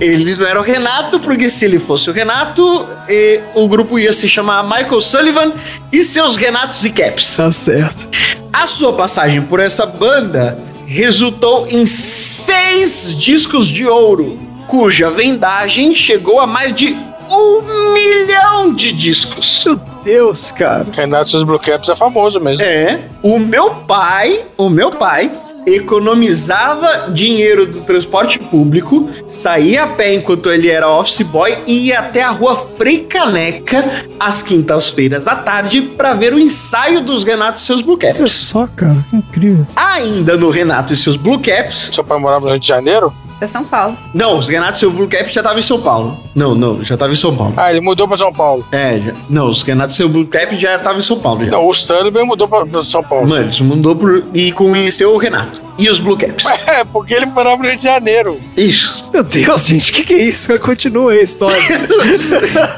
ele não era o Renato, porque se ele fosse o Renato, eh, o grupo ia se chamar Michael Sullivan e seus Renatos e Caps.
Tá certo.
A sua passagem por essa banda resultou em seis discos de ouro, cuja vendagem chegou a mais de um milhão de discos.
Meu Deus, cara.
Renato e seus Blue Caps é famoso mesmo.
É, o meu pai, o meu pai economizava dinheiro do transporte público, saía a pé enquanto ele era office boy e ia até a rua Frei Caneca às quintas-feiras à tarde para ver o ensaio dos Renato e seus Blue
Olha
Caps.
só, cara. que Incrível.
Ainda no Renato e seus Blue Caps,
Seu pai morava no Rio de Janeiro?
Da É São Paulo.
Não, os Renato Seu Blue Cap já tava em São Paulo. Não, não, já tava em São Paulo.
Ah, ele mudou pra São Paulo.
É, já, não, os Renato Seu Blue Cap já tava em São Paulo. Já.
Não, o Sullivan mudou pra, pra São Paulo.
Mano, isso mudou por, e conheceu o Renato. E os Blue Caps.
É, porque ele morava no Rio de Janeiro.
Isso.
Meu Deus, gente, o que, que é isso? Continua aí a história.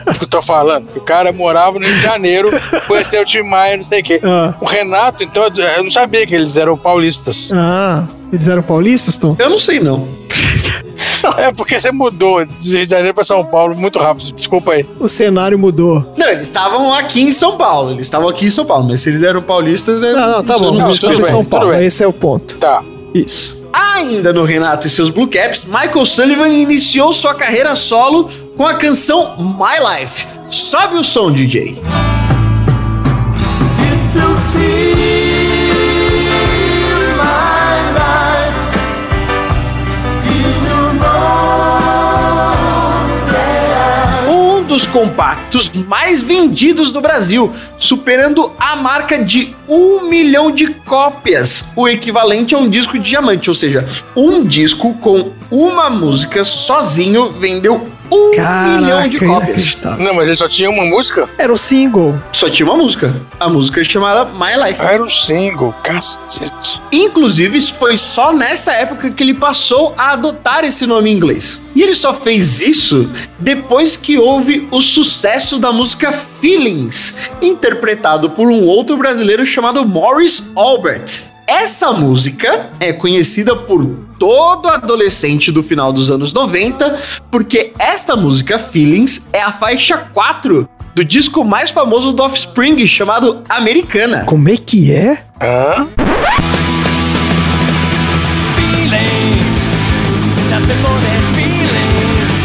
É O que eu tô falando? O cara morava no Rio de Janeiro, conheceu o Tim Maia, não sei o quê.
Ah.
O Renato, então, eu não sabia que eles eram paulistas.
ah, eles eram paulistas, Tom?
Eu não sei, não.
É porque você mudou de Rio de Janeiro pra São Paulo muito rápido. Desculpa aí.
O cenário mudou.
Não, eles estavam aqui em São Paulo. Eles estavam aqui em São Paulo, mas se eles eram paulistas... é-
Não, não, tá bom.
não
Não,
tudo
estamos em
bem,
São
tudo
Paulo.
bem.
Esse é o ponto.
Tá.
Isso.
Ainda no Renato e seus Blue Caps, Michael Sullivan iniciou sua carreira solo com a canção My Life. Sobe o som, DJ.
If you see my life, you know
um dos compactos mais vendidos do Brasil, superando a marca de um milhão de cópias, o equivalente a um disco de diamante, ou seja, um disco com uma música sozinho vendeu um milhão de cópias.
é inacreditável.
Não, mas ele só tinha uma música?
Era o single.
Só tinha uma música, a música chamada My Life.
Era um single, cacete.
Inclusive, foi só nessa época que ele passou a adotar esse nome em inglês. E ele só fez isso depois que houve o sucesso da música Feelings, interpretado por um outro brasileiro chamado Morris Albert. Essa música é conhecida por todo adolescente do final dos anos 90, porque esta música Feelings é a faixa 4 do disco mais famoso do Offspring chamado Americana.
Como é que é?
Hã?
feelings. Nothing more than feelings.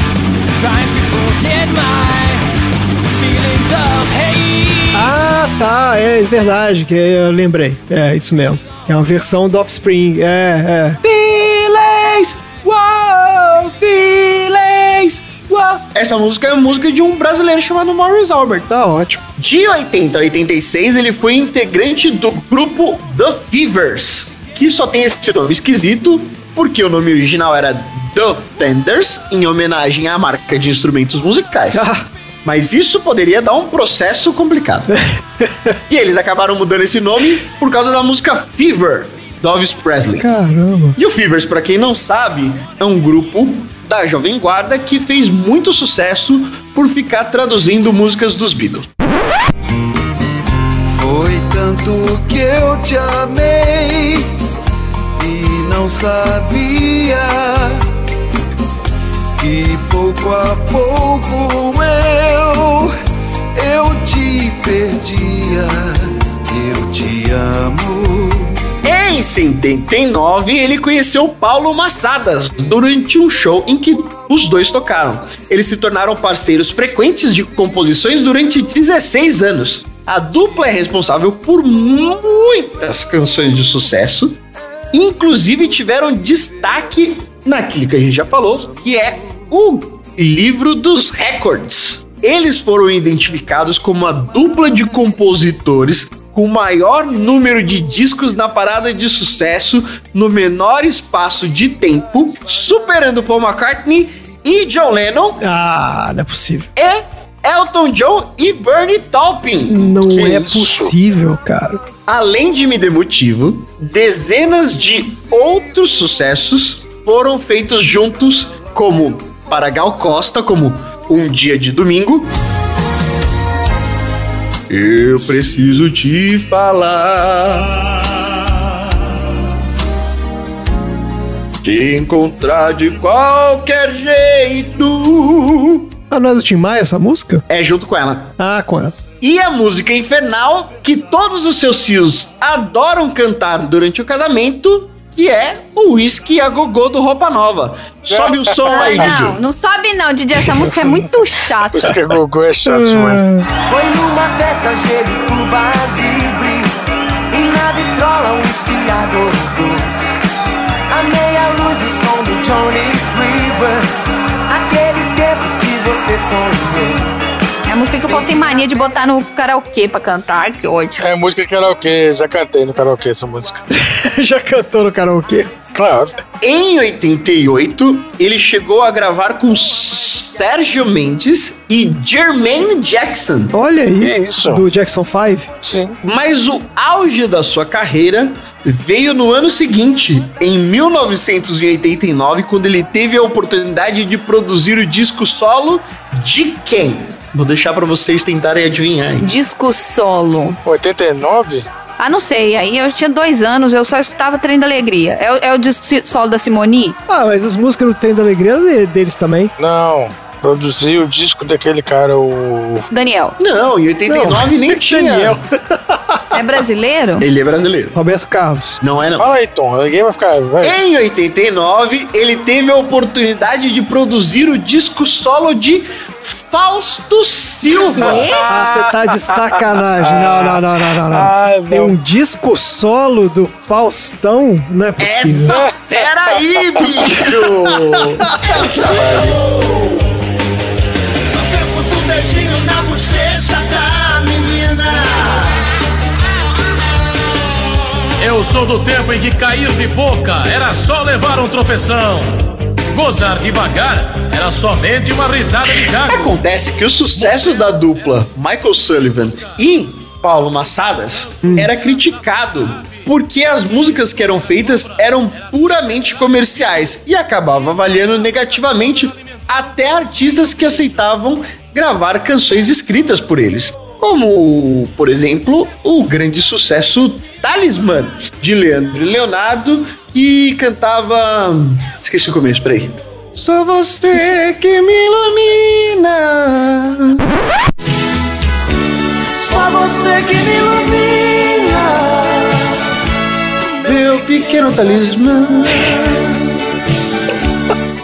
Trying to forget my feelings of hate.
Ah, tá. É verdade. Que eu lembrei. É, isso mesmo. É uma versão do Offspring. É, é.
Feelings! Uou! Feelings! Uou! Essa música é a música de um brasileiro chamado Morris Albert.
Tá ótimo.
De 80 a 86, ele foi integrante do grupo The Fevers, que só tem esse nome esquisito, porque o nome original era The Fenders, em homenagem à marca de instrumentos musicais.
Ah.
Mas isso poderia dar um processo complicado. e eles acabaram mudando esse nome por causa da música Fever, do Elvis Presley.
Caramba.
E o Fevers, pra quem não sabe, é um grupo da Jovem Guarda que fez muito sucesso por ficar traduzindo músicas dos Beatles.
Foi tanto que eu te amei e não sabia que Pouco a pouco eu, eu te perdia. Eu te amo.
Em 79, ele conheceu Paulo Massadas durante um show em que os dois tocaram. Eles se tornaram parceiros frequentes de composições durante 16 anos. A dupla é responsável por muitas canções de sucesso, inclusive tiveram destaque naquilo que a gente já falou, que é o livro dos recordes. Eles foram identificados como a dupla de compositores com o maior número de discos na parada de sucesso no menor espaço de tempo, superando Paul McCartney e John Lennon
Ah, não é possível.
e Elton John e Bernie Taupin.
Não
Que
é
isso?
possível, cara.
Além de Me Dê Motivo, dezenas de outros sucessos foram feitos juntos, como para Gal Costa, como Um Dia de Domingo. Eu preciso te falar. Te encontrar de qualquer jeito.
Ah, não é do Tim Maia essa música?
É junto com ela.
Ah, com ela.
E a música Infernal, que todos os seus fios adoram cantar durante o casamento, que é o Whisky a Gogô do Roupa Nova. Sobe o som aí,
Ah, Não,
Didi.
não sobe não, Didi. Essa música é muito chata.
Os que Gugu é chato demais.
Foi numa festa gelo pro Badibre E na vitrola um esquiador A meia luz o som do Johnny Rivers Aquele tempo que você sonhou
É a música que o povo tem mania de botar no karaokê pra cantar. Ai, que ódio.
É música de karaokê, já cantei no karaokê essa música.
Já cantou no karaokê?
Claro.
Em 88, ele chegou a gravar com Sérgio Mendes e Jermaine Jackson.
Olha aí.
Que isso?
Do Jackson 5.
Sim.
Mas o auge da sua carreira veio no ano seguinte, em 1989, quando ele teve a oportunidade de produzir o disco solo de quem? Vou deixar pra vocês tentarem adivinhar. Hein?
Disco solo.
89?
Ah, não sei. Aí eu tinha dois anos, eu só escutava Trem da Alegria. É, o- é o disco si- solo da Simone?
Ah, mas as músicas do Tem da Alegria eram de- deles também.
Não. Produzi o disco daquele cara, o.
Daniel,
Não, em 89 nem tinha.
Daniel.
é brasileiro?
Ele é brasileiro.
Roberto Carlos.
Não é não.
Fala aí, Tom. Ninguém vai ficar. Vai.
Em 89, ele teve a oportunidade de produzir o disco solo de Fausto Silva.
Ah, você tá de sacanagem. Não, não, não, não, não. não.
Ah,
Tem
não.
um disco solo do Faustão? Não é possível.
Essa fera aí, bicho!
Perfumo um beijinho na bochecha da menina
Eu sou do tempo em que cair de boca era só levar um tropeção. Gozar devagar era somente uma risada de gago.
Acontece que o sucesso da dupla Michael Sullivan e Paulo Massadas era criticado porque as músicas que eram feitas eram puramente comerciais e acabava avaliando negativamente até artistas que aceitavam gravar canções escritas por eles. Como, por exemplo, o grande sucesso Talismã, de Leandro e Leonardo, que cantava. Esqueci o começo, peraí. Só você que me ilumina.
Só você que me ilumina
Meu pequeno talismã.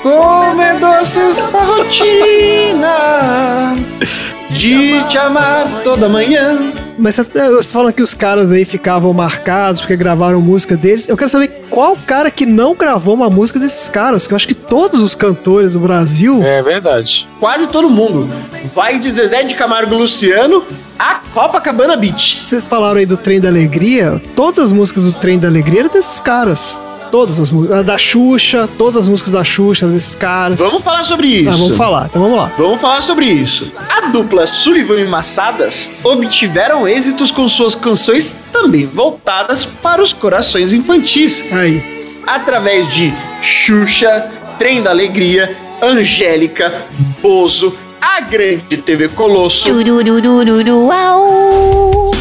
Como é doce essa rotina de te amar toda manhã.
Mas você você fala que os caras aí ficavam marcados porque gravaram música deles. Eu quero saber qual cara que não gravou uma música desses caras, que eu acho que todos os cantores do Brasil.
É verdade.
Quase todo mundo. Vai de Zezé de Camargo e Luciano a Copacabana Beach.
Vocês falaram aí do Trem da Alegria, todas as músicas do Trem da Alegria eram desses caras. Todas as músicas. A Da Xuxa, todas as músicas da Xuxa eram desses caras.
Vamos falar sobre isso.
Ah, vamos falar, então vamos lá.
Vamos falar sobre isso. A dupla Sullivan e Massadas obtiveram êxitos com suas canções também voltadas para os corações infantis,
Aí.
através de Xuxa, Trem da Alegria, Angélica, Bozo, a grande TV Colosso,
Turururururu, au.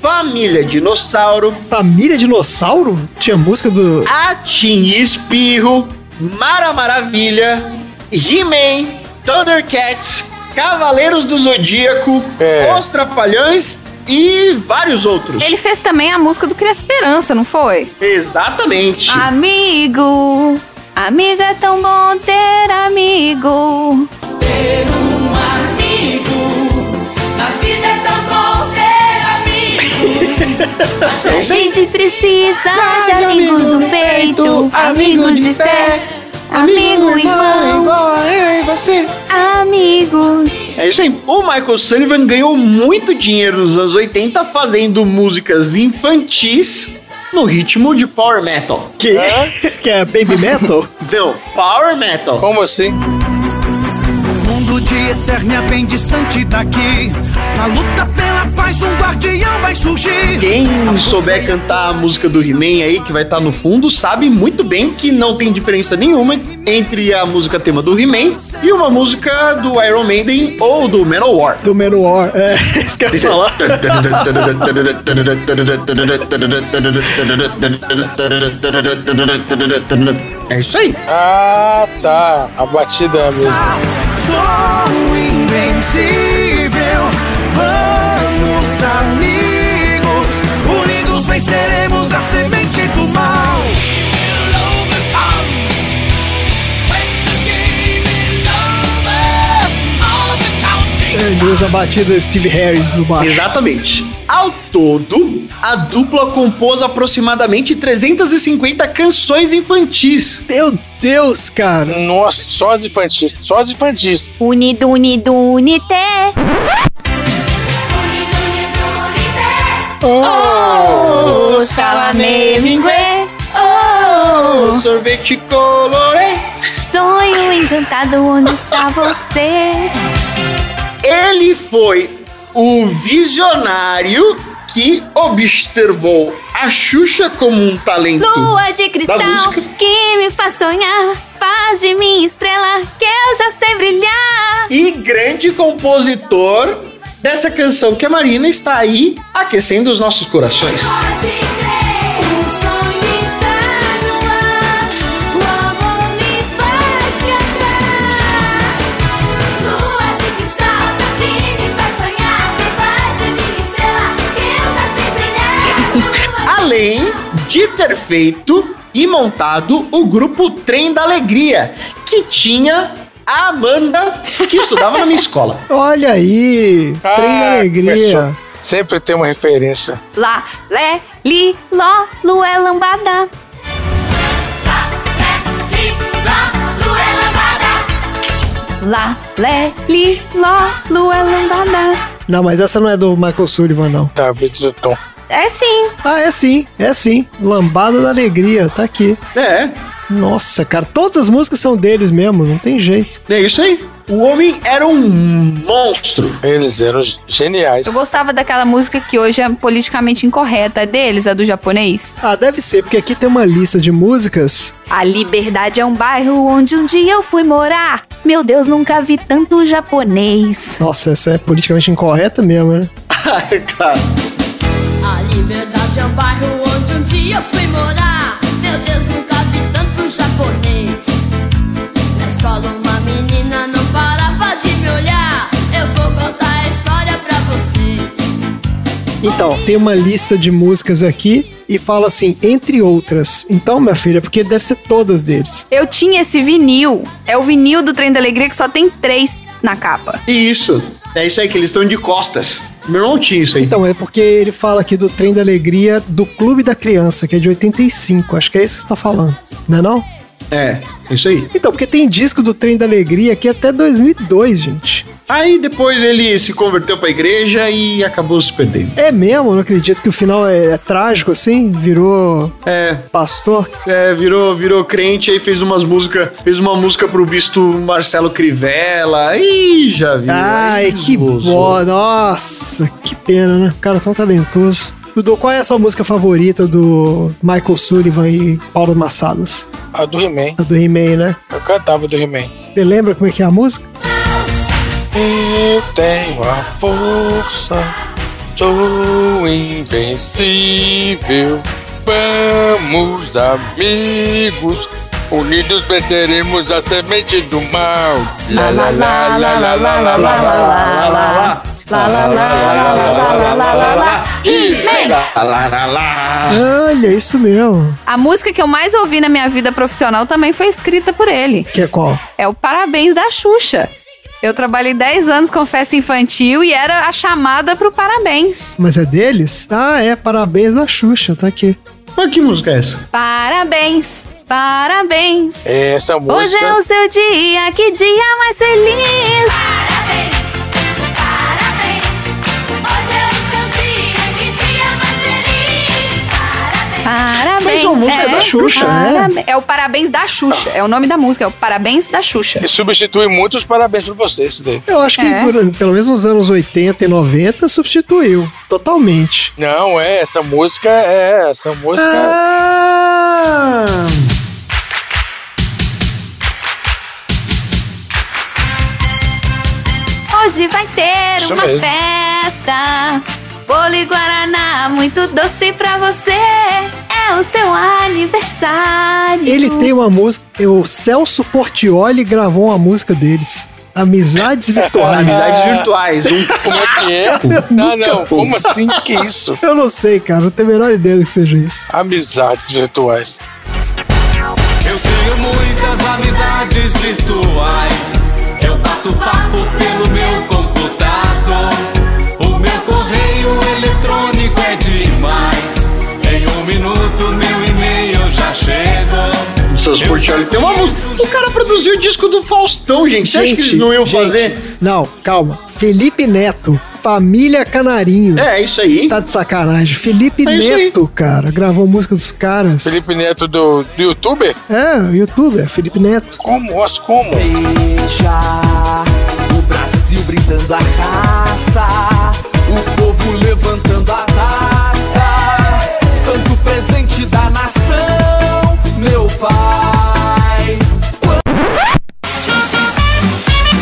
Família Dinossauro,
Família Dinossauro? Tinha música do.
Atim e Espirro, Mara Maravilha, He-Man, Thundercats, Cavaleiros do Zodíaco,
É.
Os Trapalhões e vários outros.
Ele fez também a música do Cria Esperança, não foi?
Exatamente.
Ah, Amigo, amiga é tão bom ter amigo.
é
A gente precisa de amigos do peito, amigos de fé, amigo irmão,
igual eu e você.
amigos.
É isso aí. O Michael Sullivan ganhou muito dinheiro nos anos 80 fazendo músicas infantis no ritmo de power metal.
Que, que é Baby Metal?
Deu power metal.
Como assim?
mundo de Eternia bem distante daqui. Na luta pela paz, um guardião vai surgir.
Quem souber cantar a música do He-Man aí, que vai estar no fundo, sabe muito bem que não tem diferença nenhuma entre a música tema do He-Man e uma música do Iron Maiden ou do Manowar.
Do Menor. É, isso que eu ia falar.
É isso aí.
Ah, tá. A batida é a mesma.
Ah, Sou invencível. Vamos, amigos. Unidos venceremos a semente do mal.
Ele usa a batida é Steve Harris no bar.
Exatamente. Ao todo, a dupla compôs aproximadamente 350 canções infantis.
Meu Deus, cara.
Nossa, só as infantis, só as infantis.
Unido, unido, unité. Oh, salamé, mingué. Oh,
Sorvete colorê.
sonho encantado, onde está você?
Ele foi o visionário que observou a Xuxa como um talento.
Lua de
Da
cristal
música.
que me faz sonhar, faz de mim estrela que eu já sei brilhar.
E grande compositor dessa canção que a Marina está aí aquecendo os nossos corações. Além de ter feito e montado o grupo Trem da Alegria, que tinha a Amanda, que estudava na minha escola.
Olha aí. Trem da
Ah,
alegria.
começou. Sempre tem uma referência.
Lá, lé, li, ló, lué, lambada. Lá, lé, li, ló, lué, lambada.
Não, mas essa não é do Michael Sullivan, não.
David do Tom.
É sim.
Ah, é sim, é sim. Lambada da Alegria, tá aqui.
É,
Nossa, cara, todas as músicas são deles mesmo, não tem jeito.
é isso aí. O homem era um monstro.
Eles eram geniais.
Eu gostava daquela música que hoje é politicamente incorreta. É deles, a do japonês?
Ah, deve ser, porque aqui tem uma lista de músicas.
A liberdade é um bairro onde um dia eu fui morar. Meu Deus, nunca vi tanto japonês.
Nossa, essa é politicamente incorreta mesmo, né?
Ai, cara.
A liberdade é o bairro onde um dia eu fui morar. Meu Deus, nunca vi tanto japonês. Na escola, uma menina não parava de me olhar. Eu vou contar a história pra vocês.
Então, tem uma lista de músicas aqui e fala assim, entre outras. Então, minha filha, porque deve ser todas deles.
Eu tinha esse vinil. É o vinil do Trem da Alegria que só tem três na capa.
Isso. É isso aí, que eles estão de costas. Meu irmão tinha isso aí.
Então, é porque ele fala aqui do Trem da Alegria do Clube da Criança, que é de 85. Acho que é isso que você tá falando, não é não?
É, isso aí.
Então, porque tem disco do Trem da Alegria aqui até 2002, gente.
Aí depois ele se converteu pra igreja e acabou se perdendo.
É mesmo? Eu Não acredito que o final é, é trágico assim? Virou
É,
pastor?
é, virou, virou crente, aí fez umas músicas, fez uma música pro bisto Marcelo Crivella. Ih, já viu.
Ai,
Aí
que
esbozou.
boa! Nossa, que pena, né? O cara tão talentoso. Dudu, qual é a sua música favorita do Michael Sullivan e Paulo Massadas?
A do He-Man.
A do He-Man, né?
Eu cantava do He-Man.
Você lembra como é que é a música?
Eu tenho a força Sou invencível. Vamos, amigos. Unidos venceremos a semente do mal. Lá, lá, lá, lá, lá, lá, lá, lá, lá, lá, lá, lá. Lá, lá, lá, lá, lá, lá, lá, lá, lá, lá.
He-Man!
Lá, lá, lá, lá.
Olha, isso mesmo.
A música que eu mais ouvi na minha vida profissional também foi escrita por ele.
Que é qual?
É o Parabéns da Xuxa. Eu trabalhei 10 anos com festa infantil e era a chamada pro parabéns.
Mas é deles? Ah, é. Parabéns da Xuxa, tá aqui.
Mas que música é essa?
Parabéns, parabéns.
Essa
Hoje é
música.
o seu dia, que dia mais feliz.
é
Parabéns.
Mas a música é da Xuxa, né?
parabe- É o Parabéns da Xuxa. É o nome da música, é o Parabéns da Xuxa.
E substitui muitos parabéns pra vocês, isso daí.
Eu acho que
É.
dura- pelo menos nos anos 80 e 90 substituiu totalmente.
Não, é, essa música é. Essa música.
Ah,
Hoje vai ter
Isso
uma
mesmo.
festa. Bolo e Guaraná, muito doce pra você. É o seu aniversário.
ele tem uma música. é, O Celso Portioli gravou uma música deles. Amizades Virtuais.
Amizades virtuais. Um
Como é que é? Não, não, como assim? Que isso?
Eu não sei, cara. Não tenho a menor ideia do que seja isso.
Amizades virtuais.
Eu tenho muitas amizades virtuais. Eu bato papo pelo meu computador. O meu correio eletrônico é demais. Em um minuto, meu e-mail já chegou.
dos seus Portioli tem uma música. O cara produziu o disco do Faustão, gente. Você acha que eles não iam
gente,
fazer?
Não, calma. Felipe Neto, Família Canarinho.
É, isso aí.
Tá de sacanagem. Felipe
É isso aí.
Neto, cara, gravou música dos caras.
Felipe Neto do, do youtuber?
É, youtuber, Felipe Neto.
Como? Nossa, como?
Veja o Brasil brindando a raça, o povo levantando a taça, santo presente da nação, meu pai.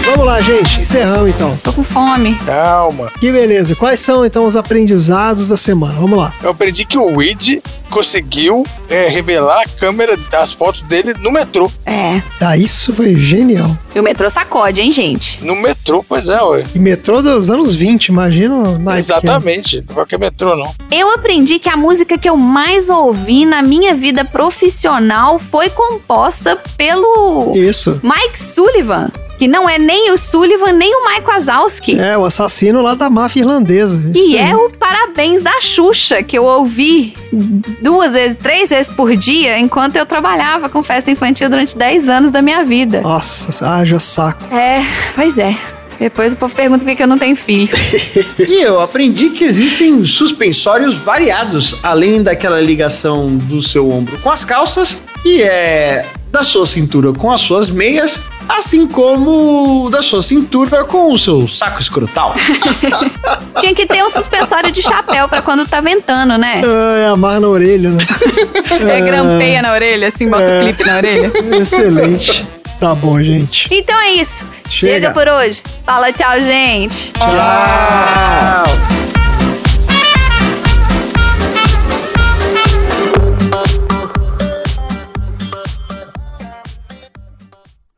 Vamos lá, gente. Encerramos então.
Tô com fome.
Calma.
Que beleza. Quais são então os aprendizados da semana? Vamos lá.
Eu aprendi que o Weed conseguiu é, revelar a câmera das fotos dele no metrô.
É.
Ah, isso foi genial.
E o metrô sacode, hein, gente?
No metrô, pois é, ué.
E metrô dos anos 20, imagina. na
Exatamente. Não é qualquer metrô, não.
Eu aprendi que a música que eu mais ouvi na minha vida profissional foi composta pelo
época. Isso.
Mike Sullivan, que não é nem o Sullivan nem o Mike Wazowski.
É, o assassino lá da máfia irlandesa.
Que é o Parabéns da Xuxa, que eu ouvi duas vezes, três vezes por dia, enquanto eu trabalhava com festa infantil durante 10 anos da minha vida.
Nossa, haja saco.
É, pois é. Depois o povo pergunta por que que eu não tenho filho.
E eu aprendi que existem suspensórios variados, além daquela ligação do seu ombro com as calças, que é da sua cintura com as suas meias, assim como da sua cintura com o seu saco escrotal.
Tinha que ter um suspensório de chapéu pra quando tá ventando, né?
É, amarra na orelha, né?
É, grampeia na orelha, assim, bota o clipe na orelha.
Excelente. Tá bom, gente.
Então é isso.
Chega.
Chega por hoje. Fala tchau, gente.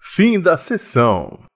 Fim da sessão.